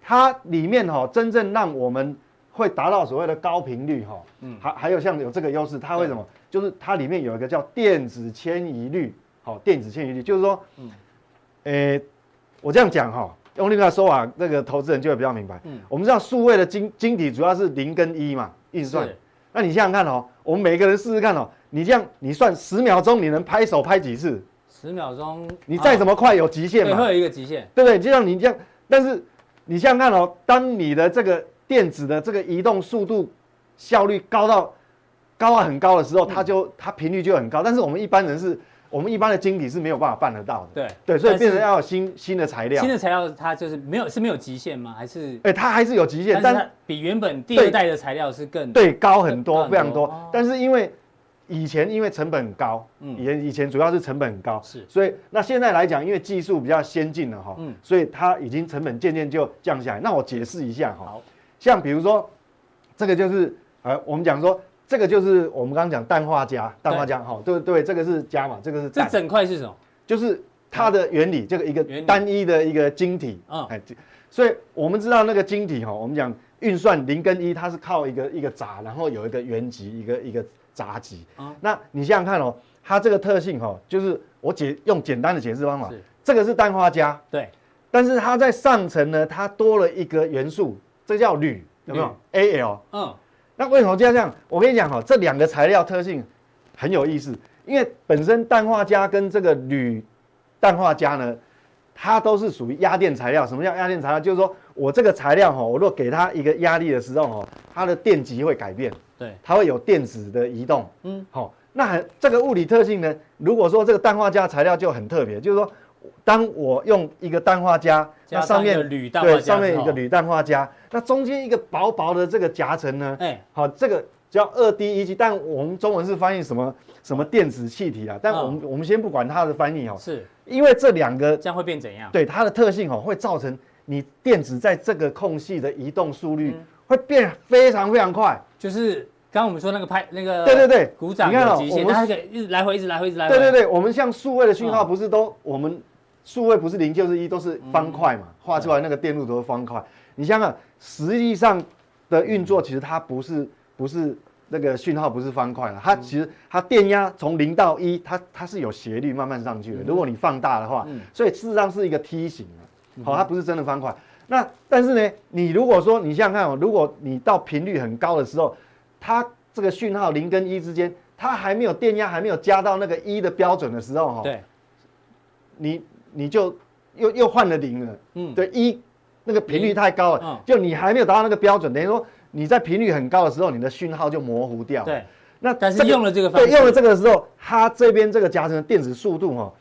S5: 它里面哈、哦，真正让我们会达到所谓的高频率哈、哦，还还有像有这个优势，它会什么？就是它里面有一个叫电子迁移率，好、电子迁移率就是说，诶、我这样讲哈、用另外说法，那个投资人就会比较明白。我们知道数位的晶晶体主要是零跟一嘛，运算
S2: 是。
S5: 那你想想看哦，我们每个人试试看哦，你这样你算十秒钟，你能拍手拍几次？
S2: 十秒钟，
S5: 你再怎
S2: 么
S5: 么快有极限
S2: 对，
S5: 嘛，
S2: 会有一个极限。
S5: 对不对？就像你这样，但是你想想看哦，当你的这个电子的这个移动速度
S2: 嗯
S5: 效率高到高到很高的时候，它就它频率就很高。但是我们一般人是我们一般的晶体是没有办法办得到的。
S2: 对
S5: 对，所以
S2: 但是
S5: 变成要有新新的材料
S2: 新。的材料它就是没有是没有极限吗？还是
S5: 哎，它还是有极限，
S2: 但
S5: 但
S2: 是它比原本第二
S5: 对
S2: 代的材料是更
S5: 对，高很
S2: 高
S5: 多，
S2: 很
S5: 非常
S2: 多哦
S5: 多。但是因为以前因为成本很高，
S2: 嗯
S5: 以前以前主要是成本很高，
S2: 是
S5: 所以那现在来讲，因为技术比较先进了哈，
S2: 嗯
S5: 所以它已经成本渐渐就降下来。那我解释一下哈
S2: 好，
S5: 像比如说这个就是呃，我们讲说这个就是我们刚刚讲氮化镓，氮化镓哈，对对，这个是镓嘛，这个是
S2: 这
S5: 氮，
S2: 整块是什么？
S5: 就是它的原理，这个一个
S2: 原理
S5: 单一的一个晶体
S2: 嗯
S5: 哎，所以我们知道那个晶体哈，我们讲运算零跟一，它是靠一个一个闸，然后有一个原极，一个一个闸极
S2: 嗯。
S5: 那你想想看哦，它这个特性哈，就是我解用简单的解释方法
S2: 是，
S5: 这个是氮化镓，
S2: 对，
S5: 但是它在上层呢，它多了一个元素，这叫铝，有没有？Al。
S2: 嗯，
S5: 那为什么这样这样？我跟你讲哈、这两个材料特性很有意思，因为本身氮化镓跟这个铝氮化镓呢，它都是属于压电材料。什么叫压电材料？就是说我这个材料哈、我若给它一个压力的时候哈、它的电极会改变，
S2: 对，
S5: 它会有电子的移动。
S2: 嗯
S5: 嗯，好、那很这个物理特性呢，如果说这个氮化镓材料就很特别，就是说当我用一个氮化镓，
S2: 加
S5: 那
S2: 上
S5: 上
S2: 一个啊
S5: 面
S2: 铝氮化
S5: 对
S2: 镓，
S5: 上面一个，铝氮化镓，那中间一个薄薄的这个夹层呢，
S2: 哎，
S5: 好，这个叫二 D 一级，但我们中文是翻译什么什么电子气体啊？但我们、我们先不管它的翻译哦，
S2: 是
S5: 因为这两个
S2: 这样会变怎样？
S5: 对它的特性哦，会造成你电子在这个空隙的移动速率会变非常非常快。
S2: 就是刚刚我们说那个拍那个，
S5: 对对对
S2: 鼓掌
S5: 你看
S2: 有
S5: 哦
S2: 极
S5: 我
S2: 限，
S5: 们
S2: 它可以一直来回，一直来回，一直来回，
S5: 对对对，我们像数位的讯号
S2: 哎嗯
S5: 不是都、我们数位不是零就是一，都是方块嘛，画出来那个电路都是方块。你想想，实际上的运作其实它不是不是那个讯号不是方块了，它其实它电压从零到一，它它是有斜率慢慢上去的。如果你放大的话，所以事实上是一个梯形的，好、它不是真的方块。那但是呢，你如果说你想想看、哦，如果你到频率很高的时候，它这个讯号零跟一之间，它还没有电压，还没有加到那个一的标准的时候，哈，哦
S2: 对，
S5: 你你就又又换了零了，
S2: 嗯
S5: 嗯，对，一那个频率太高了，
S2: 嗯
S5: 就你还没有达到那个标准，等于说你在频率很高的时候，你的讯号就模糊掉，
S2: 对，
S5: 那
S2: 但是
S5: 这个
S2: 用了这个方
S5: 对
S2: 式，
S5: 用了这个的时候，它这边这个夹层的电子速度哈、哦，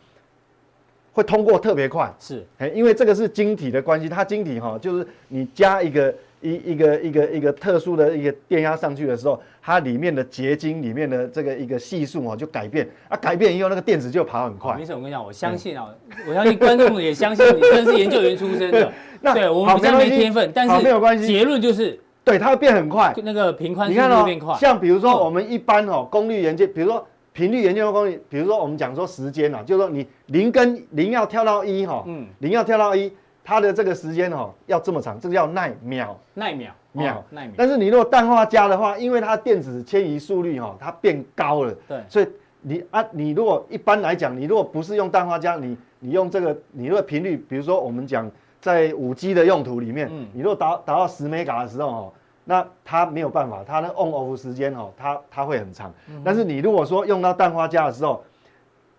S5: 会通过特别快，
S2: 是
S5: 哎，因为这个是晶体的关系，它晶体哈、就是你加一个一一个一个一个特殊的一个电压上去的时候，它里面的结晶里面的这个一个系数哦就改变，啊改变以后那个电子就跑很快。
S2: 哦没。事，我跟你讲，我相信啊，我相信观众也相信你真的是研究员出身的
S5: 那
S2: 对我们
S5: 好
S2: 比较
S5: 没
S2: 没
S5: 关系
S2: 天分，但
S5: 好
S2: 是
S5: 没有关系
S2: 结论就是
S5: 对，它会变很快。
S2: 那个频宽
S5: 你
S2: 速
S5: 看
S2: 度
S5: 哦
S2: 变快，，
S5: 像比如
S2: 嗯
S5: 说我们一般哦，功率元件，比如说频率元件或功率，比如说我们讲说时间啊，就是说你零跟零要跳到一哈，
S2: 嗯
S5: 嗯，零要跳到一，它的这个时间哦要这么长，这个叫奈秒。
S2: 耐秒
S5: 秒
S2: 哦耐秒，
S5: 但是你如果氮化镓的话，因为它电子迁移速率哈、哦它变高了，
S2: 对
S5: 所以你啊，你如果一般来讲，你如果不是用氮化镓，你你用这个，你如果频率，比如说我们讲在五 G 的用途里面，
S2: 嗯
S5: 你如果达达到十 mega 的时候哦，那它没有办法，它的 on off 时间哦，它它会很长。
S2: 嗯
S5: 但是你如果说用到氮化镓的时候，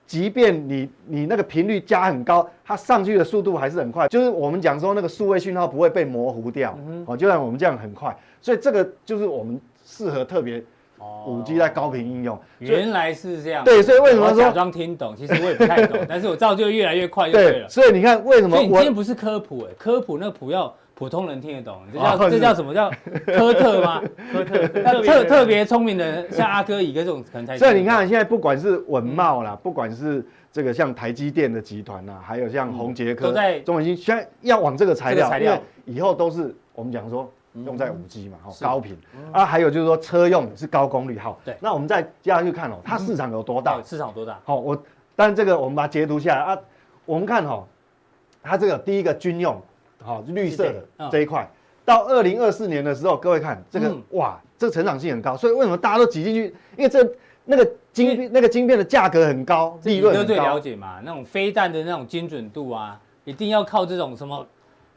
S5: 即便你你那个频率加很高，它上去的速度还是很快，就是我们讲说那个数位讯号不会被模糊掉，
S2: 嗯
S5: 哦，就像我们这样很快，所以这个就是我们适合特别五 G 在高频应用。所以
S2: 哦原来是这样。
S5: 对所以为什么
S2: 我
S5: 说
S2: 假装听懂，其实我也不太懂，但是我造就越来越快就对
S5: 对，
S2: 了。
S5: 所以你看为什么
S2: 所以你今天
S5: 我
S2: 不是科普哎，科普那个普要普通人听得懂，这
S5: 哦
S2: 叫
S5: 是
S2: 这叫什么叫科特
S5: [LAUGHS]
S2: 吗？科特，那特特别聪明的人，像阿哥乙哥这种可能才。
S5: 所以你看，现在不管是文
S2: 嗯
S5: 茂啦，不管是这个像台积电的集团啦，还有像宏杰
S2: 嗯
S5: 科、
S2: 都在
S5: 中文芯，现在要往这个材
S2: 这
S5: 料，
S2: 个材
S5: 因
S2: 料嗯
S5: 为以后都是我们讲说用在五 G 嘛，哈、高频、啊，还有就是说车用是高功率，好，
S2: 对嗯
S5: 那我们再接下去看哦，它市场有多大？
S2: 到市场有多大？
S5: 好、我但这个我们把它截图下来啊，我们看哈、它这个第一个军用，好、绿色
S2: 是的嗯
S5: 的这一块，到二零二四年的时候，各位看这个、
S2: 嗯
S5: 哇，这成长性很高，所以为什么大家都挤进去？因为这那个晶片那个晶片的价格很高，利
S2: 乙哥
S5: 润很
S2: 最了
S5: 高，
S2: 解嘛，那种飞弹的那种精准度啊，一定要靠这种什么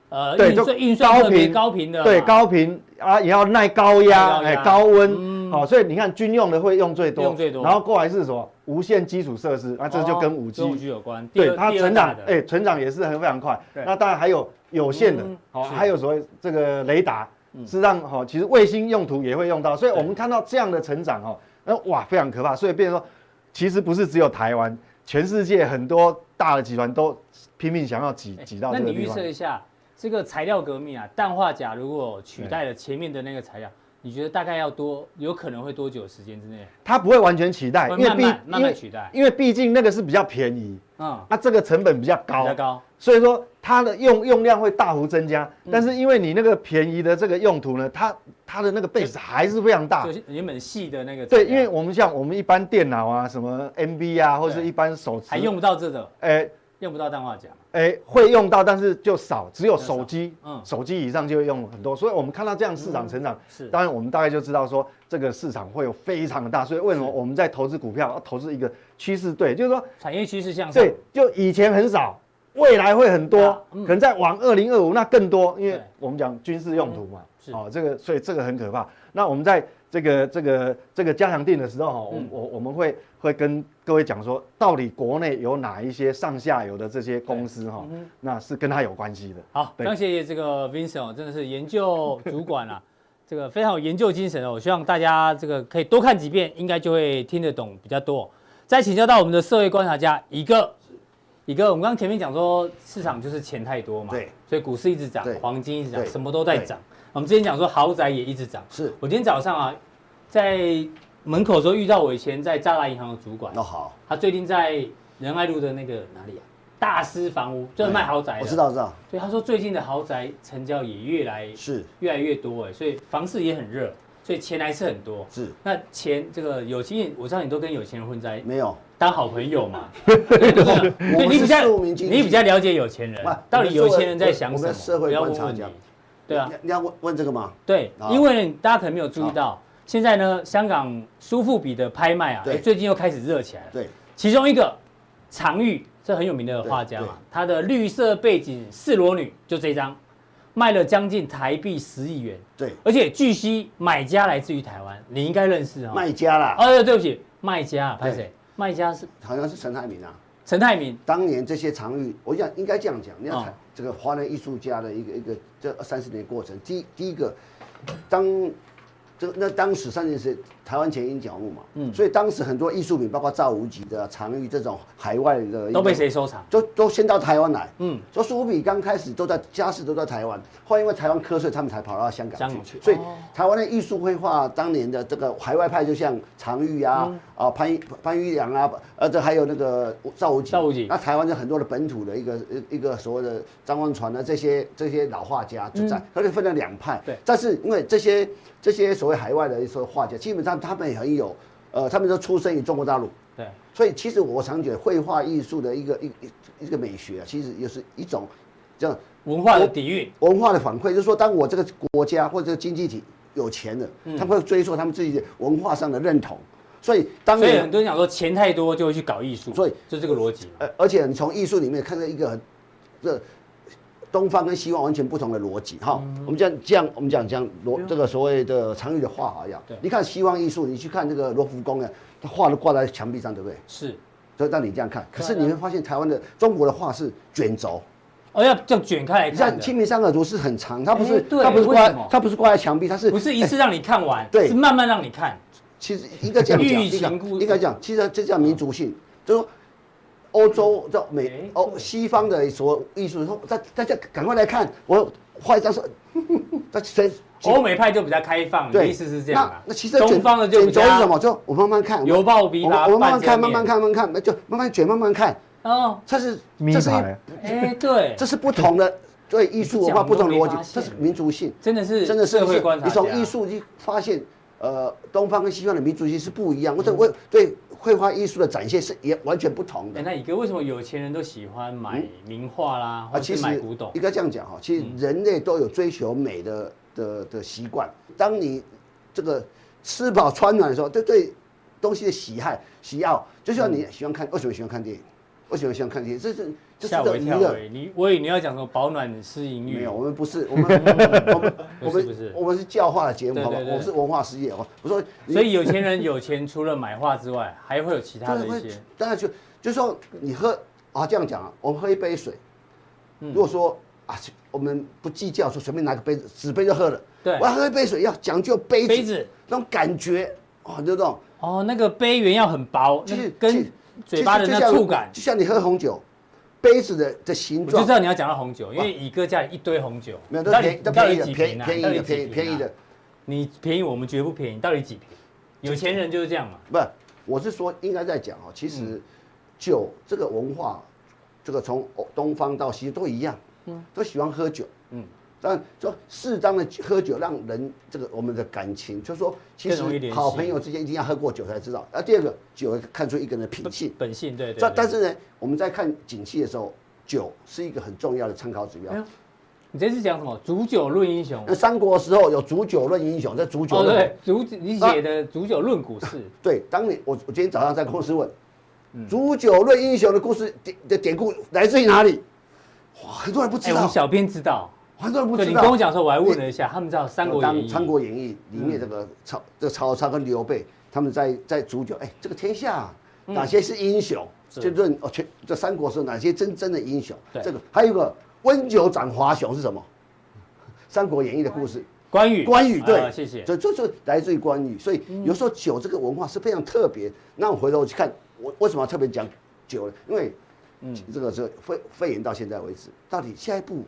S2: 呃
S5: 对
S2: 运
S5: 就
S2: 算运算特别
S5: 高
S2: 高
S5: 频
S2: 频的嘛，
S5: 对高频啊，也要耐高压，
S2: 耐高压
S5: 哎，高温，好、
S2: 嗯
S5: 所以你看军用的会用最多，
S2: 用最多
S5: 然后过来是什么？无线基础设施，啊，这就跟
S2: 哦
S5: 五 G、
S2: 跟五 G 有关，第
S5: 对
S2: 二
S5: 它
S2: 第二
S5: 成
S2: 大
S5: 长
S2: 的，
S5: 哎，成长也是很非常快
S2: 对。
S5: 那当然还有有线的
S2: 嗯，
S5: 好，
S2: 是嗯
S5: 还有所谓这个雷达，是让哈，其实卫星用途也会用到，所以我们看到这样的成长哦，那哇非常可怕，所以变成说，其实不是只有台湾，全世界很多大的集团都拼命想要挤挤到
S2: 哎那
S5: 这个
S2: 你
S5: 地
S2: 预
S5: 方
S2: 测。一下这个材料革命啊，氮化钾如果取代了前面的那个材料，你觉得大概要多有可能会多久时间之内？
S5: 它不会完全取代，
S2: 会
S5: 因
S2: 慢
S5: 为毕
S2: 慢慢
S5: 因
S2: 慢
S5: 为
S2: 取代
S5: 因为毕竟那个是比较便宜，
S2: 嗯，
S5: 那这个成本比较
S2: 比较高，
S5: 所以说它的用用量会大幅增加，
S2: 嗯
S5: 但是因为你那个便宜的这个用途呢，它它的那个 base 还是非常大
S2: 就。是原本细的那个材
S5: 对，
S2: 料
S5: 因为我们像我们一般电脑啊，什么 MB 啊，或者是一般手持，
S2: 还用不到这个，
S5: 哎
S2: 用不到氮化钾。
S5: 哎会用到，但是就少，只有手机，
S2: 少嗯
S5: 手机以上就会用很多，所以我们看到这样市场成长，
S2: 是
S5: 当然我们大概就知道说这个市场会有非常的大，所以为什么我们在投资股票要投资一个趋势？对，就是说
S2: 产业趋势向上，
S5: 对，就以前很少，未来会很多，
S2: 啊嗯
S5: 可能在往二零二五那更多，因为
S2: 对嗯
S5: 我们讲军事用途嘛，
S2: 是
S5: 哦，这个所以这个很可怕。那我们在这个这个这个加强定的时候哈，哦我、
S2: 嗯
S5: 我我们会会跟各位讲说，到底国内有哪一些上下游的这些公司哈，
S2: 嗯
S5: 那是跟它有关系的。
S2: 好，非
S5: 对
S2: 常谢谢这个 Vincent，哦真的是研究主管啊，这个非常有研究精神哦。我希望大家这个可以多看几遍，应该就会听得懂比较多。再请教到我们的社会观察家一个一个，我们刚刚前面讲说市场就是钱太多嘛，
S5: 对，
S2: 所以股市一直涨
S4: 对，
S2: 黄金一直涨，
S4: 对
S2: 什么都在
S4: 对
S2: 涨。我们之前讲说豪宅也一直涨，
S4: 是
S2: 我今天早上啊，在门口的时候遇到我以前在渣打银行的主管
S4: 那，哦好，
S2: 他最近在仁爱路的那个哪里啊？大师房屋，就是卖豪宅的。
S4: 我知道知道，
S2: 对，他说最近的豪宅成交也越来
S4: 是
S2: 越来越多哎，所以房市也很热，所以钱还是很多。
S4: 是
S2: 那钱这个有钱人，我知道你都跟有钱人混在
S4: 没有，
S2: 当好朋友
S4: [LAUGHS]
S2: 嘛，对你比较
S4: 庶民经济
S2: 你比较了解有钱人
S4: 不我们，
S2: 到底有钱人在
S4: 作为
S2: 想
S4: 我
S2: 什
S4: 们
S2: 么？
S4: 的社会
S2: 不要
S4: 观
S2: 问
S4: 察
S2: 问你
S4: 家，
S2: 对啊
S4: 你，你要问问这个吗？
S2: 对，
S4: 啊
S2: 因为大家可能没有注意到，现在呢，香港苏富比的拍卖啊，
S4: 对
S2: 哎最近又开始热起来了。
S4: 对，
S2: 其中一个常玉，这很有名的画家
S4: 对
S2: 嘛
S4: 对，
S2: 他的绿色背景四裸女就这一张，卖了将近台币十亿元，
S4: 对，
S2: 而且据悉买家来自于台湾，你应该认识哦。
S4: 卖家啦，
S2: 哦，对对不起，卖家啊拍谁
S4: 对？
S2: 卖家是
S4: 好像是陈海明啊。
S2: 陈泰明，
S4: 当年这些常遇，我想应该这样讲，你要谈
S2: 嗯
S4: 这个华人艺术家的一个一个这三十年过程。第一第一个，当这个那当时三十年是台湾前鹰角木嘛，
S2: 嗯
S4: 所以当时很多艺术品，包括赵无极的、啊常玉这种海外的一种，
S2: 都被谁收藏？
S4: 都都先到台湾来。
S2: 嗯
S4: 嗯，所以苏比刚开始都在家世都在台湾，后来因为台湾瞌睡，他们才跑到香港
S2: 香
S4: 去。
S2: 港去
S4: 所以
S2: 哦
S4: 台湾的艺术绘画当年的这个海外派，就像常玉啊、
S2: 嗯
S4: 啊潘潘玉良啊，呃，这还有那个赵无极。
S2: 赵无极
S4: 那台湾就很多的本土的一个一一个所谓的张望传啊，这些这些老画家就在，而且分了两派。
S2: 嗯对
S4: 但是因为这些这些所谓海外的一些画家，基本上他们也很有，呃，他们都出生于中国大陆。
S2: 对，
S4: 所以其实我常觉得绘画艺术的一个一一一个美学啊，其实也是一种这样
S2: 文化的底蕴，
S4: 文化的反馈，就是说，当我这个国家或者这个经济体有钱了，
S2: 嗯
S4: 他们会追溯他们自己的文化上的认同。所以当
S2: 所以很
S4: 年，
S2: 多人讲说钱太多就会去搞艺术，
S4: 所以
S2: 就这个逻辑嘛。
S4: 呃，而且你从艺术里面看到一个很这东方跟西方完全不同的逻辑哈。
S2: 嗯
S4: 我们这样这样，我们讲讲罗这个所谓的常遇的画好像
S2: 啊对，
S4: 你看西方艺术，你去看这个罗浮宫啊，他画都挂在墙壁上，对不对？
S2: 是，
S4: 就让你这样看，
S2: 啊
S4: 可是你会发现台湾的中国的画是卷轴，
S2: 哦，要这样卷开来
S4: 你像
S2: 看
S4: 《
S2: 的
S4: 清明上河图》是很长，它不是
S2: 哎对
S4: 它不是
S2: 为
S4: 挂
S2: 什么
S4: 它不是挂在墙壁，它是
S2: 不是一次让你看完，
S4: 对
S2: 是慢慢让你看。
S4: 其实应该这样讲，
S2: 欲
S4: 应
S2: 擒
S4: 该
S2: 故
S4: 应该讲，其实这叫民族性，就是说欧洲叫
S2: 哎
S4: 美欧
S2: 对
S4: 西方的所有艺术，说大大家赶快来看，我画一
S2: [LAUGHS]
S4: 张说，那谁
S2: 欧美派就比较开放，你的
S4: 对，
S2: 意思是这样
S4: 那
S2: 啊？
S4: 那其实
S2: 东
S4: 卷
S2: 方的就比
S4: 卷轴
S2: 较
S4: 是什么？就我慢慢看，
S2: 犹抱琵
S4: 我
S2: 琶
S4: 我我慢
S2: 半
S4: 慢看，
S2: 遮面
S4: 慢慢看，慢慢看，就慢慢卷，慢慢看，
S2: 哦，
S4: 这是
S5: 咪
S4: 这是一
S5: 牌
S2: 哎，对，
S4: [LAUGHS] 这是不同的对艺术文化不同的逻辑，这是民族性，
S2: 真的是
S4: 真的是
S2: 社会观察
S4: 你从
S2: 家
S4: 艺术去发现，呃，东方跟西方的民族性是不一样，
S2: 嗯
S4: 或者我对绘画艺术的展现是也完全不同
S2: 哎，
S4: 的。
S2: 那一个为什么有钱人都喜欢买名画啦，或者
S4: 嗯啊其
S2: 是
S4: 实
S2: 买古董嗯
S4: 应？该这样讲哈，其实人类都有追求美的的的习惯。当你这个吃饱穿暖的时候，对对东西的喜爱喜好，就像
S2: 嗯
S4: 你喜欢看，为什么喜欢看电影？为什么喜欢看电影？这是这是
S2: 吓我
S4: 个
S2: 一
S4: 娱
S2: 跳
S4: 乐
S2: 哎，。你我以为你要讲什么保暖思淫欲，
S4: 没有，我们
S2: [LAUGHS]
S4: 不是，我们我们
S2: 不是
S4: 我
S2: 不是
S4: 们我们是教化的节
S2: 对
S4: 目，好吧？
S2: 对对
S4: 我们是文化事业，好吧？我说你，
S2: 所以有钱人有钱，除了买画之外，还会有其他
S4: 当
S2: 的
S4: 然
S2: 一
S4: 会
S2: 些，
S4: 当然就就说你喝啊，这样讲啊，我们喝一杯水，
S2: 嗯
S4: 如果说啊，我们不计较，说随便拿个杯子纸杯就喝了，
S2: 对
S4: 我要喝一杯水要讲究杯子
S2: 杯子
S4: 那种感觉哦，就这种
S2: 哦，那个杯缘要很薄，
S4: 其
S2: 那
S4: 实
S2: 跟
S4: 其
S2: 嘴巴的
S4: 就
S2: 那
S4: 像
S2: 触感。
S4: 就像你喝红酒，杯子的的形
S2: 我就
S4: 状
S2: 知，道你要讲到红酒，因为乙哥家里一堆红酒，
S4: 没有，
S2: 你
S4: 都
S2: 到
S4: 是
S2: 底
S4: 便宜，
S2: 你
S4: 都
S2: 到
S4: 便宜
S2: 底几
S4: 的，便宜
S2: 瓶啊？
S4: 便宜
S2: 到底几瓶啊
S4: 的，便宜便宜的。，
S2: 你便宜我们绝不便宜，到底几瓶？有钱人就是这样嘛。
S4: 不，我是说应该在讲哦，其
S2: 嗯
S4: 实酒这个文化，这个从东方到西都一样，嗯，都喜欢喝酒，
S2: 嗯
S4: 嗯，但说适当的喝酒，让人这个我们的感情，就是说其
S2: 更容易
S4: 实
S2: 联
S4: 好
S2: 系
S4: 朋友之间一定要喝过酒才知道。啊，第二个，酒会看出一个人的品性。
S2: 本性对对
S4: 这
S2: 对。
S4: 但是呢，我们在看景气的时候，酒是一个很重要的参考指标
S2: 哎。呦你这次讲什么？煮酒论英雄
S4: 那。三国时候有煮酒论英雄，这煮酒
S2: 哦，
S4: 论
S2: 对，煮你写的《煮酒论股市》
S4: 对，当年我我今天早上在公司问，
S2: 嗯
S4: 煮酒论英雄的故事典的典故来自于哪里？哇，很多人不
S2: 哎，
S4: 知
S2: 我们
S4: 道，
S2: 小编知道。
S4: 很多人不
S2: 对，
S4: 知
S2: 你
S4: 道。
S2: 跟我讲的时候，我还问了一下，他们知道《三国
S4: 当
S2: 演义》。嗯
S4: 三国演义》里面这个曹这曹操跟刘备他们在在煮酒，哎，这个天下哪些是英雄？
S2: 嗯是
S4: 就论哦，全这三国是哪些真正的英雄？
S2: 对
S4: 这个还有一个温酒斩华雄是什么？《三国演义》的故事，
S2: 关羽。
S4: 关羽对
S2: 啊，谢嗯谢。
S4: 这这这来自于关羽，所以有时候酒这个文化是非常特别。那我回头去看，我为什么要特别讲酒呢？因为，嗯，这个是肺肺炎到现在为止，到底下一步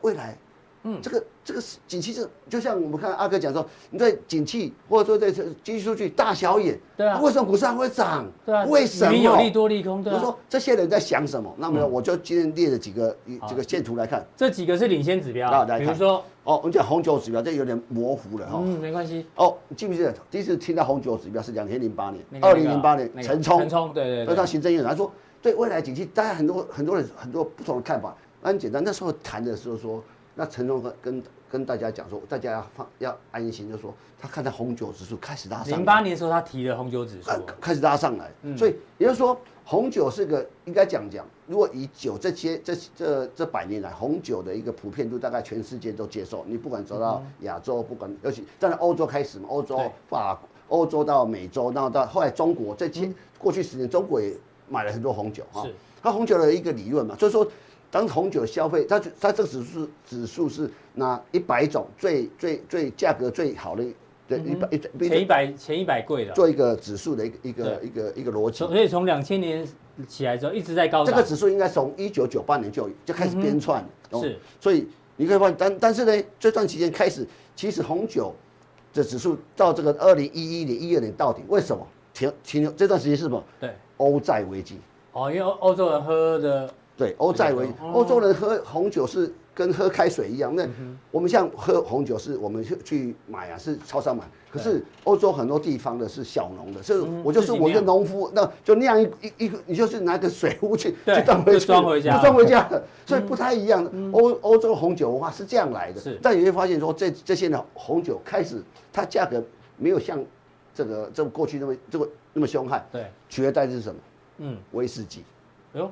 S4: 未来，嗯，这个这个是景气是就像我们看阿哥讲说，你对景气或者说对这经济数据大小眼，
S2: 对啊
S4: 那为什么股市还会涨？
S2: 对啊，
S4: 为什么？
S2: 你有利多利空，对
S4: 我
S2: 啊。嗯
S4: 说这些人在想什么？那么我就今天列了几个一
S2: 好
S4: 这个线图来看。
S2: 这几个是领先指
S4: 那
S2: 标
S4: 我，来
S2: 比
S4: 看
S2: 如说，
S4: 哦，我们讲红酒指标，这有点模糊了哈。
S2: 嗯，没关系。
S4: 哦，你记不记得第一次听到红酒指标是两千零八年
S2: 那，个
S4: 二零零八年
S2: 那个
S4: 陈冲，
S2: 陈冲，对对
S4: 他
S2: 对
S4: 当，行政院长他说对未来景气，大家很多很多人很多不同的看法。那很简单，那时候谈的时候说，那陈冲跟跟跟大家讲说，大家要放要安心，就说他看到红酒指数开始拉上来，
S2: 零八年的时候他提了红酒指数
S4: 呃，开始拉上来，
S2: 嗯
S4: 所以也就是说，红酒是个应该讲讲，如果以酒这些这这这百年来，红酒的一个普遍度，大概全世界都接受。你不管走到亚洲，不管尤其当然欧洲开始嘛，欧洲
S2: 嗯对
S4: 法欧洲到美洲，然后到后来中国这些、过去十年，中国也买了很多红酒哈
S2: 嗯是。
S4: 它红酒的一个理论嘛，所以说。当红酒消费，它就它这个指数指数是拿一百种最最最价格最好的，对
S2: 嗯
S4: 一百一
S2: 前一百前一百贵的，
S4: 做一个指数的一个一个
S2: 对
S4: 一个一个逻辑
S2: 从。所以从两千年起来之后一直在高
S4: 这
S2: 涨
S4: 个，指数应该从一九九八年就就开始编串，懂
S2: 嗯是。
S4: 所以你可以发现，但但是呢，这段期间开始，其实红酒的指数到这个二零一一年、一二年到底为什么停停留？这段时间是什么？
S2: 对，
S4: 欧债危机。
S2: 哦，因为欧欧洲人喝的
S4: 对，欧债危机，
S2: 哦
S4: 欧洲人喝红酒是跟喝开水一样。
S2: 嗯
S4: 那我们像喝红酒是我们去去买啊，是超商买。可是欧洲很多地方的是小农的，是我就
S2: 嗯
S4: 是
S2: 自己
S4: 我一个
S2: 酿
S4: 农夫，那就酿一一一个，你就是拿个水壶去
S2: 对
S4: 去装回
S2: 就
S4: 去，
S2: 装回家嗯
S4: 就装回家了，所以不太一样。欧欧洲红酒文化是这样来的，
S2: 是
S4: 但你会发现说这这些呢，红酒开始它价格没有像这个这么过去那么这么那么凶悍。
S2: 对，
S4: 取而代之是什么？
S2: 嗯，
S4: 威士忌。
S2: 哎呦，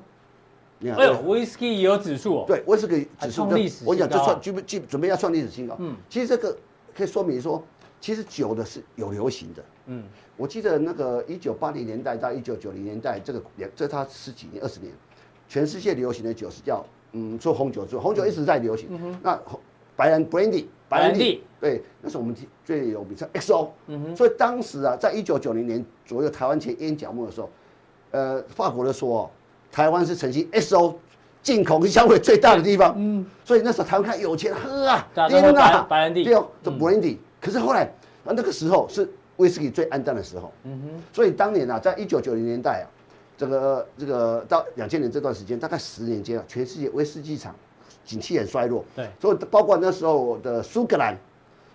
S4: 你看
S2: 哎呦，whisky 也有指数哦，
S4: 啊对，威士忌
S2: 还
S4: 指数
S2: 创
S4: 就
S2: 历史
S4: 我
S2: 新
S4: 讲就
S2: 高啊
S4: 创基本基准备要创历史新高。
S2: 嗯
S4: 嗯，其实这个可以说明说，其实酒的是有流行的。
S2: 嗯，
S4: 我记得那个一九八零年代到一九九零年代，这个也这它十几年二十年，全世界流行的酒是叫嗯，做红酒之后，红酒一直在流
S2: 嗯
S4: 行。那红白兰 brandy
S2: 白兰地
S4: 对，那是我们最有名的 XO。所
S2: 嗯
S4: 以当时啊，在一九九零年左右台湾前烟角木的时候，呃，法国人说、哦，台湾是曾经 XO 进口跟消费最大的地方。嗯，所以那时候台湾看有钱喝啊
S2: 大，家都喝白白兰地嗯
S4: 对哦，这 brandy、可是后来啊，那个时候是威士忌最暗淡的时候。嗯哼。所以当年啊，在一九九零年代啊，这个这个到两千年这段时间，大概十年间啊，全世界威士忌厂景气很衰落。
S2: 对
S4: 所以包括那时候的苏格兰，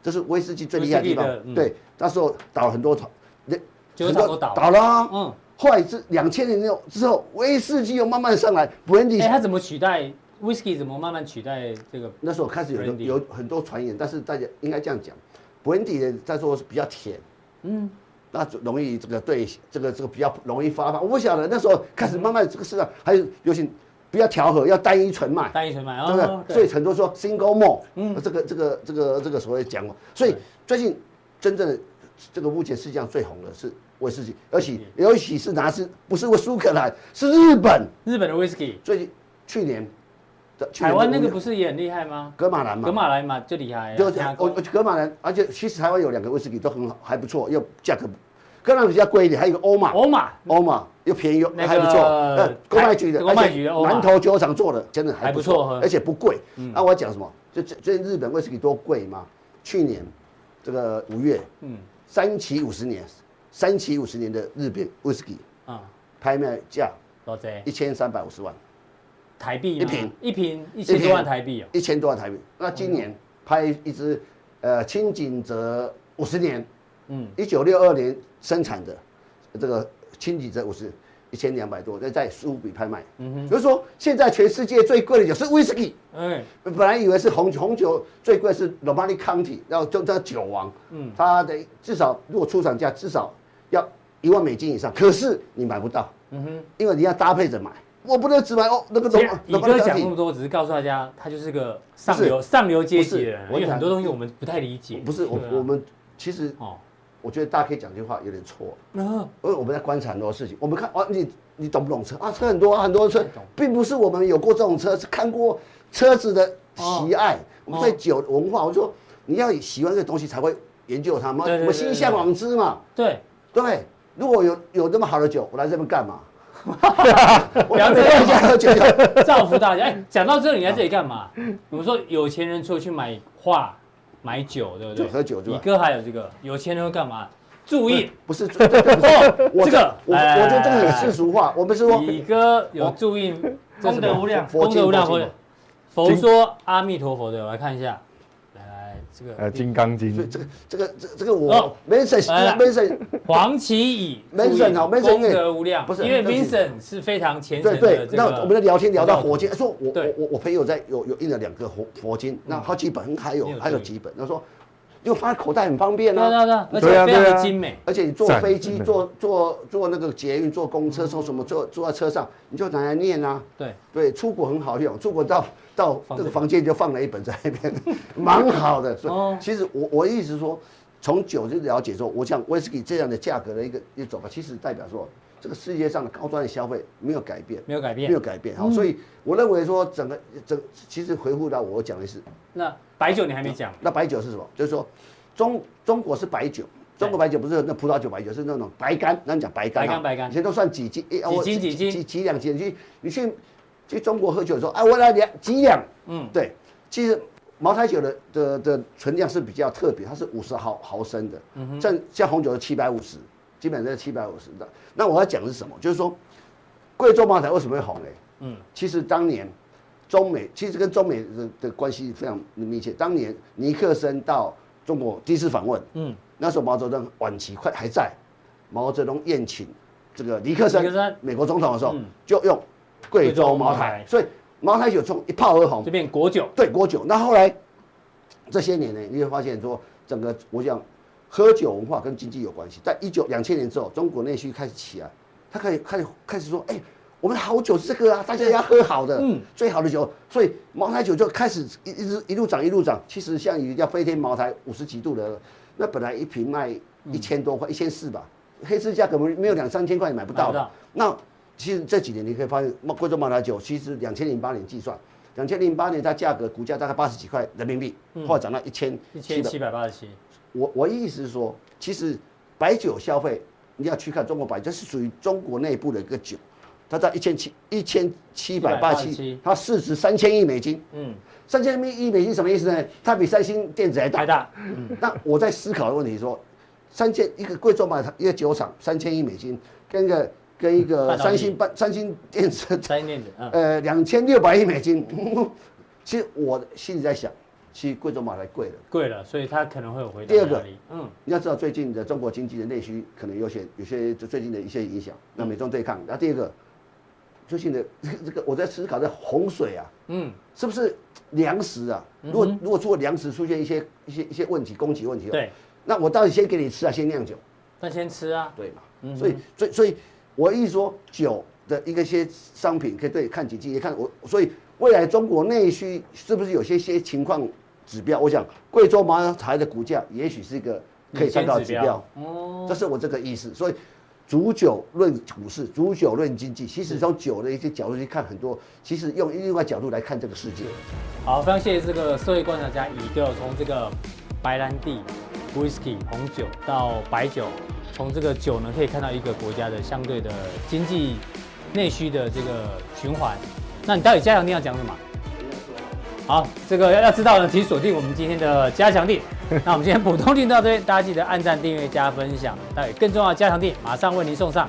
S4: 这是威士忌最厉害的地方
S2: 威士忌的。嗯
S4: 对，那时候倒了很多厂，那
S2: 酒
S4: 很
S2: 厂
S4: 多
S2: 都倒了
S4: 倒了啊。
S2: 嗯
S4: 嗯。后来是两千年之后，之后威士忌又慢慢上来，brandy
S2: 哎，它怎么取代 whisky？怎么慢慢取代这个？
S4: 那时候开始有
S2: Brandy
S4: 有很多传言，但是大家应该这样讲，brandy 的在说是比较甜，嗯，那容易这个对这个这个比较容易发胖。我不晓得那时候开始慢慢这个市场还有尤其不要调和，要单一纯卖，
S2: 单一纯买
S4: 对不
S2: 哦，
S4: 对？所以很多说 single more，嗯，这个这个这个这个所谓讲法。所以最近真正的这个目前世界上最红的是威士忌，而且尤其是拿是不是苏格兰，是日本。
S2: 日本的 whisky，
S4: 最近去年的去年
S2: 台湾那个
S4: 的
S2: 不是也很厉害吗？
S4: 格马兰嘛，
S2: 格马来嘛就厉害啊，
S4: 就是
S2: 听说
S4: 我我格马兰，而且其实台湾有两个威士忌都很好，还不错，又价格格马兰比较贵一点，还有一个欧马，
S2: 欧马
S4: 欧马又便宜又
S2: 那个
S4: 还不错，呃，公卖局的，
S2: 公卖局的
S4: 而且
S2: 欧玛
S4: 南投酒厂做的，真的还不
S2: 还不错
S4: 错
S2: 呵，嗯
S4: 而且不贵。那我要讲什么？就最最近日本威士忌多贵吗？去年这个五月，
S2: 嗯
S4: 三期五十年，三期五十年的日本威士忌
S2: 啊，
S4: 拍卖价
S2: 多少？
S4: 一千三百五十万，
S2: 台币吗
S4: 一瓶
S2: 一瓶一千多万台币哦，
S4: 一千多万台币。那今年拍一支，呃，清井泽五十年，
S2: 嗯，
S4: 一九六二年生产的这个清井泽五十一千两百多，在在苏比拍卖。嗯就是说现在全世界最贵的酒是威士忌。
S2: 哎，
S4: 本来以为是红酒红酒最贵是 Romani Conti，然后就叫酒王，嗯，它的至少如果出厂价至少要一万美金以上，可是你买不到，嗯哼，因为你要搭配着买，我不能只买哦那个
S2: 其
S4: Rom
S2: 实乙哥
S4: Romani
S2: 讲那么
S4: Conti，
S2: 多，只是告诉大家，他就是个上流上流阶级的人，
S4: 不
S2: 因
S4: 是我
S2: 为
S4: 讲
S2: 很多东西我们不太理解。
S4: 不是我
S2: 对啊
S4: 我们其实
S2: 哦，
S4: 我觉得大家可以讲这句话有点错，
S2: 那
S4: 因为我们在观察很多事情，我们看啊你你懂不懂车啊车很多啊很多车
S2: 太懂，
S4: 并不是我们有过这种车，是看过车子的
S2: 哦
S4: 喜爱，我们对酒的文化，我就说你要喜欢这个东西才会研究它嘛，
S2: 对对对
S4: 我们心向往之嘛，
S2: 对，
S4: 对不对？如果有有那么好的酒，我来这边干嘛？ [LAUGHS] 我
S2: 不要
S4: 来
S2: 这
S4: 这
S2: 样
S4: 边喝酒，
S2: 造福大家。哎，讲到这里，你来这里干嘛？我们说有钱人除了去买画、买酒，对不对？
S4: 就喝酒之外
S2: 乙哥还有这个，有钱人会干嘛？注意，
S4: 不是这这这不是我
S2: 这个
S4: 我我
S2: 哎
S4: 觉得这个很世俗化，我们是说哦
S2: 乙哥有注
S3: [LAUGHS]
S2: 意这是什么
S3: 功德无量
S2: 功德无量佛
S4: 佛经，
S2: 佛说阿弥陀佛的，我来看一下，来来这
S4: 哎
S5: 呃，《
S2: 个
S5: 金刚经
S4: 所以》这个这个这个这个
S2: 哦
S4: 我 Mason
S2: 来来
S4: Mason
S2: 黄奇乙
S4: Vincent
S2: 注意
S4: 好，Vincent
S2: 功德无量，
S4: 不是
S2: 因为
S4: 对不起
S2: Vincent 是非常虔诚
S4: 对
S2: 的这
S4: 对，那
S2: 个
S4: 我们在聊天聊到
S2: 佛道
S4: 佛经，说我
S2: 对嗯
S4: 我我我朋友在有有印了两个佛佛经，那好几本，还有
S2: 你有
S4: 还有
S2: 注意
S4: 几本，他说因为放在口袋很方便
S2: 对对
S4: 啊，
S2: 对，而
S5: 对
S2: 且
S5: 啊
S2: 非
S5: 对啊
S2: 常的精美，
S4: 而且你坐
S5: 赞
S4: 飞机
S5: 真的
S4: 坐坐坐那个捷运坐公车坐什么坐坐在车上，你就拿来念啊。
S2: 对，
S4: 对，出国很好用，出国到到
S2: 放这
S4: 这个
S2: 个
S4: 房间就放了一本在那边，蛮好的。所
S2: 哦
S4: 以其实我我意思是说，从酒就了解说，我想威士忌这样的价格的一个一种吧，其实代表说这个世界上的高端的消费没有改变，
S2: 没有改变嗯
S4: 没有。改变。好，所以我认为说整个整其实回复到我讲的是，
S2: 那白酒你还没讲，
S4: 那白酒是什么？就是说中中国是白酒。中国白酒不是那葡萄酒白酒，是那种白干。那你讲白干啊，
S2: 白干白干
S4: 以前都算几斤，一哦
S2: 几斤几斤
S4: 几几两几两。去你去去中国喝酒的时候，哎，我来两几两，
S2: 嗯，
S4: 对，其实茅台酒的的的存量是比较特别，它是五十毫毫升的，
S2: 嗯
S4: 像像红酒是七百五十，基本上是七百五十的。那我要讲的是什么？就是说，贵州茅台为什么会红嘞？
S2: 嗯
S4: 嗯，其实当年中美其实跟中美的的关系非常密切。当年尼克森到中国第一次访问，
S2: 嗯，
S4: 那时候毛泽东晚期快还在，毛泽东宴请这个尼克森
S2: 尼克森
S4: 美国总统的时候，
S2: 嗯
S4: 就用贵
S2: 贵州
S4: 州茅
S2: 茅台
S4: 台，所以茅台酒从一炮而红
S2: 这。边果酒，
S4: 对国酒。那后来这些年呢，你会发现说，整个我想喝酒文化跟经济有关系。在一九两千年之后，中国内需开始起来，他开始开始开始说，哎、我们好酒是这个啊，大家要喝好的，
S2: 嗯
S4: 最好的酒，所以茅台酒就开始一一直一路涨一路涨。其实像人家飞天茅台五十几度的，那本来一瓶卖一千多块，一千四吧，黑市价可能没有两三千块也买不
S2: 嗯买
S4: 到
S2: 不到
S4: 的。那其实这几年你可以发现，茅贵州茅台酒其实两千零八年计算，两千零八年它价格股价大概八十几块人民币，后来涨到嗯一千
S2: 一千七百八十七，
S4: 我我意思是说，其实白酒消费你要去看中国白酒，这是属于中国内部的一个酒，它在一千七一千七百八十
S2: 1,787
S4: 七，它市值三千亿美金，
S2: 嗯，
S4: 三千亿美金什么意思呢？它比三星电子还大
S2: 台。大，
S4: 那我在思考的问题说，三千一个贵州嘛，一个酒厂三千亿美金，跟一个跟一
S2: 半
S4: 个
S2: 导体
S4: 三星半三星电子
S2: 三星电子，嗯，
S4: 呃，两千六百亿美金。 [LAUGHS] 其实我心里在想，其实贵州马来贵了。
S2: 贵了，所以他可能会有回
S4: 第
S2: 答
S4: 二
S2: 压
S4: 个
S2: 力，嗯，
S4: 你要知道，最近的中国经济的内需可能有些有些最近的一些影响。
S2: 嗯
S4: 那美中对抗，那第二个，最近的 [LAUGHS] 这个我在思考，这洪水啊，
S2: 嗯，
S4: 是不是粮食啊？如果如果说粮食出现一些一些一些问题，供给问题，，
S2: 对，
S4: 那我到底先给你吃啊，先酿酒？
S2: 但先吃啊，
S4: 对嘛？所以，所以，所以，我一说酒的一个些商品，可以对看景气，也看我，所以未来中国内需是不是有些些情况指标？我想，贵州茅台的股价也许是一个可以参考的指标，
S2: 哦，
S4: 这是我这个意思。所以，煮酒论股市，煮酒论经济，其实从酒的一些角度去看很多，其实用另外角度来看这个世界。
S2: 好，非常谢谢这个社会观察家乙哥，从这个白兰地、whisky 红酒到白酒、从这个酒呢可以看到一个国家的相对的经济内需的这个循环。那你到底加强定要讲什么？好，这个要要知道呢，请锁定我们今天的加强定。那我们今天普通定到这边，大家记得按赞、订阅、加分享。待会更重要的加强定马上为您送上。